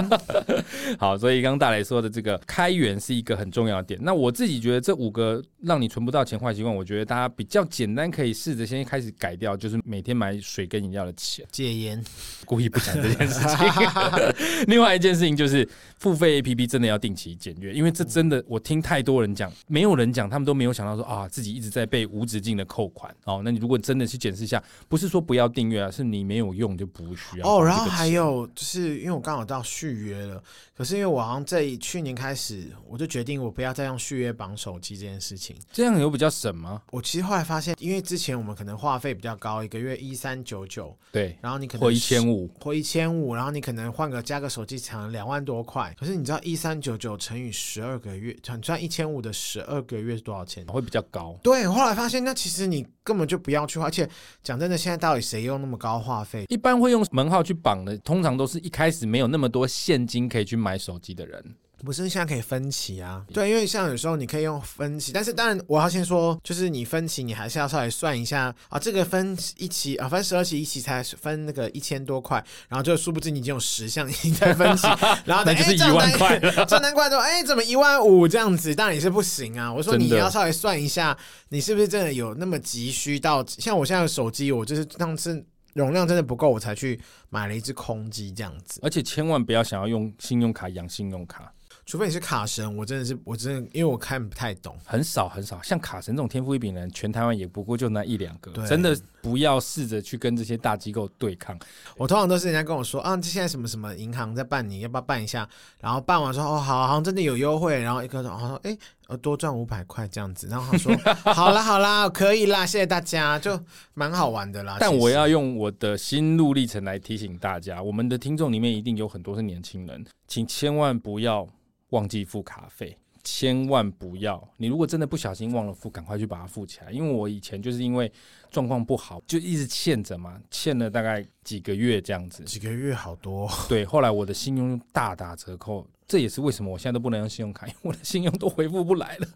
S1: 好，所以刚刚大雷说的这个开源是一个很重要的点。那我自己觉得这五个让你存不到钱坏习惯，我觉得大家比较简单可以试着先开始改掉，就是每天买水跟饮料的钱，
S2: 戒烟，
S1: 故意不讲这件事情。 另外一件事情就是付费 APP 真的要定期检阅，因为这真的我听太多人讲，没有人讲，他们都没有想到说啊自己一直在被无止境的扣款哦。那你如果真的去检视一下，不是说不要订阅啊，是你没有用就不需要
S2: 哦，
S1: 花
S2: 然
S1: 这
S2: 后
S1: 个
S2: 还
S1: 钱
S2: 有就是，因为我刚好到续约了，可是因为我好像在去年开始，我就决定我不要再用续约绑手机这件事情。
S1: 这样有比较省吗？
S2: 我其实后来发现，因为之前我们可能话费比较高，一个月一三九九，
S1: 对，
S2: 然后你可能
S1: 或一千五。
S2: 或一千五，然后你可能换个加个手机才两万多块。可是你知道一三九九乘以十二个月，你算一千五的十二个月是多少钱？
S1: 会比较高。
S2: 对，后来发现那其实你根本就不要去花，而且讲真的，现在到底谁用那么高话费？
S1: 一般会用门号去绑的，通常都是一开始没有那么多现金可以去买手机的人。
S2: 不是现在可以分期
S1: 嗯
S2: 啊？对，因为像有时候你可以用分期，但是当然我要先说，就是你分期你还是要稍微算一下啊，这个分一期啊，分十二期一期才分那个一千多块，然后就殊不知你已经有十项已经在 分期，然后
S1: 那就是
S2: 哎这样
S1: 一万
S2: 难
S1: 块
S2: 这难怪说哎怎么一万五这样子，当然也是不行啊。我说你
S1: 真的
S2: 要稍微算一下，你是不是真的有那么急需到？像我现在的手机，我就是上次容量真的不够，我才去买了一只空机这样子。
S1: 而且千万不要想要用信用卡养信用卡，
S2: 除非你是卡神，我真的是我真的因为我看不太懂。
S1: 很少很少。像卡神这种天赋异禀的人，全台湾也不过就那一两个
S2: 对。
S1: 真的不要试着去跟这些大机构对抗。
S2: 我通常都是人家跟我说啊，这现在什么什么银行在办，你要不要办一下？然后办完说哦，好，好像真的有优惠。然后一个然后说哎，呃多赚五百块这样子。然 后他说好啦好啦，可以啦，谢谢大家，就蛮好玩的啦。
S1: 但
S2: 其实
S1: 我要用我的心路历程来提醒大家，我们的听众里面一定有很多是年轻人，请千万不要忘记付卡费。千万不要！你如果真的不小心忘了付，赶快去把它付起来。因为我以前就是因为状况不好，就一直欠着嘛，欠了大概几个月这样子。
S2: 几个月好多，
S1: 对，后来我的信用大打折扣，这也是为什么我现在都不能用信用卡，因为我的信用都回复不来了。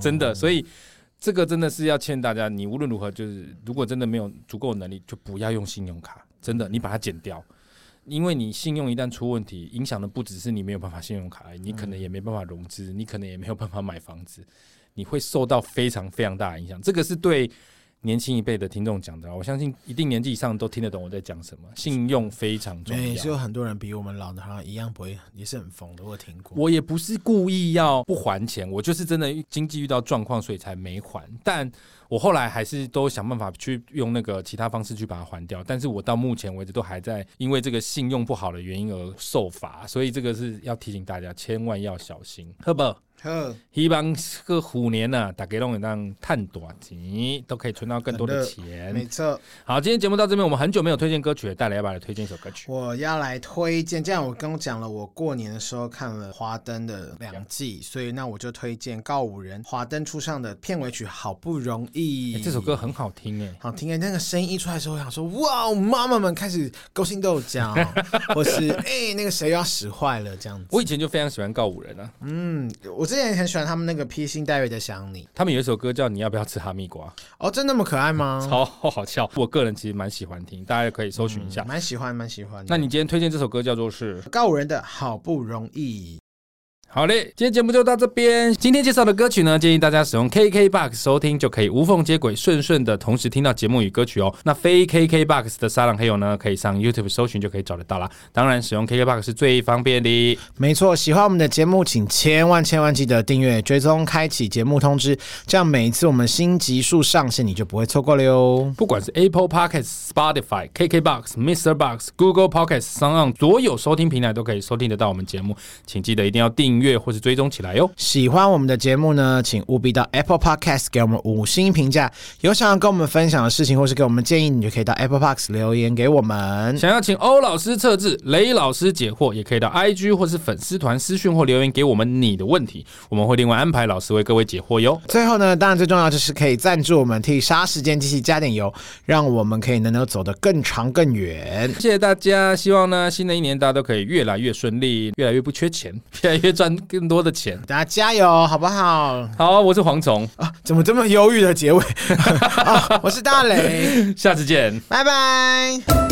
S1: 真的，所以这个真的是要劝大家，你无论如何就是，如果真的没有足够的能力，就不要用信用卡，真的，你把它减掉。因为你信用一旦出问题，影响的不只是你没有办法信用卡而已，你可能也没办法融资，你可能也没有办法买房子，你会受到非常非常大的影响。这个是对年轻一辈的听众讲的啊，我相信一定年纪以上都听得懂我在讲什么。信用非常重要，
S2: 哎对，是有很多人比我们老的，好像一样不会，也是很疯的。我有听过，
S1: 我也不是故意要不还钱，我就是真的经济遇到状况，所以才没还。但我后来还是都想办法去用那个其他方式去把它还掉。但是我到目前为止都还在因为这个信用不好的原因而受罚，所以这个是要提醒大家千万要小心，好不好？
S2: 呵，
S1: 希望这个虎年呐、啊，大家拢让探多钱，都可以存到更多的
S2: 没
S1: 钱。
S2: 错，
S1: 好，今天节目到这边，我们很久没有推荐歌曲了，带来要不要来推荐一首歌曲？
S2: 我要来推荐。这样我跟我讲了，我过年的时候看了《华灯》的两季，所以那我就推荐告五人《华灯初上》的片尾曲《好不容易》
S1: 欸这首歌很好听诶、
S2: 好听诶，那个声音一出来的时候，我想说，哇，妈妈们开始勾心斗 角，或是哎、那个谁又要使坏了这样子。
S1: 我以前就非常喜欢告五人啊，
S2: 嗯，我之前也很喜欢他们那个披星戴月的想你。
S1: 他们有一首歌叫《你要不要吃哈密瓜》。
S2: 哦，真那么可爱吗？
S1: 超好笑。我个人其实蛮喜欢听，大家可以搜寻一下。
S2: 嗯蛮喜欢，蛮喜欢的。
S1: 那你今天推荐这首歌叫做是
S2: 告五人的好不容易，
S1: 好嘞，今天节目就到这边。今天介绍的歌曲呢，建议大家使用 KKBOX 收听，就可以无缝接轨，顺顺的同时听到节目与歌曲哦。那非 KKBOX 的沙朗黑友呢，可以上 YouTube 搜寻就可以找得到啦。当然，使用 KKBOX 是最方便的。
S2: 没错。喜欢我们的节目，请千万千万记得订阅、追踪、开启节目通知，这样每一次我们新集数上线，你就不会错过了哟。
S1: 不管是 Apple Podcast、Spotify、KKBox、Mr. Box、Google Podcast、s o n On 所有收听平台都可以收听得到我们节目，请记得一定要订阅或是追踪起来哦哟。
S2: 喜欢我们的节目呢，请务必到 Apple Podcast 给我们五星评价。有想要跟我们分享的事情，或是给我们建议，你就可以到 Apple Podcast 留言给我们。
S1: 想要请欧老师测字、雷老师解惑，也可以到 IG 或是粉丝团私讯或留言给我们你的问题，我们会另外安排老师为各位解惑哟。
S2: 最后呢，当然最重要就是可以赞助我们，替杀时间机器加点油，让我们可以能够走得更长更远。
S1: 谢谢大家，希望呢新的一年大家都可以越来越顺利，越来越不缺钱， 越来越赚更多的钱。
S2: 大家加油，好不好？
S1: 好，我是蝗虫，
S2: 啊，怎么这 哦么忧郁的结尾？啊、我是大雷，
S1: 下次见。
S2: 拜拜。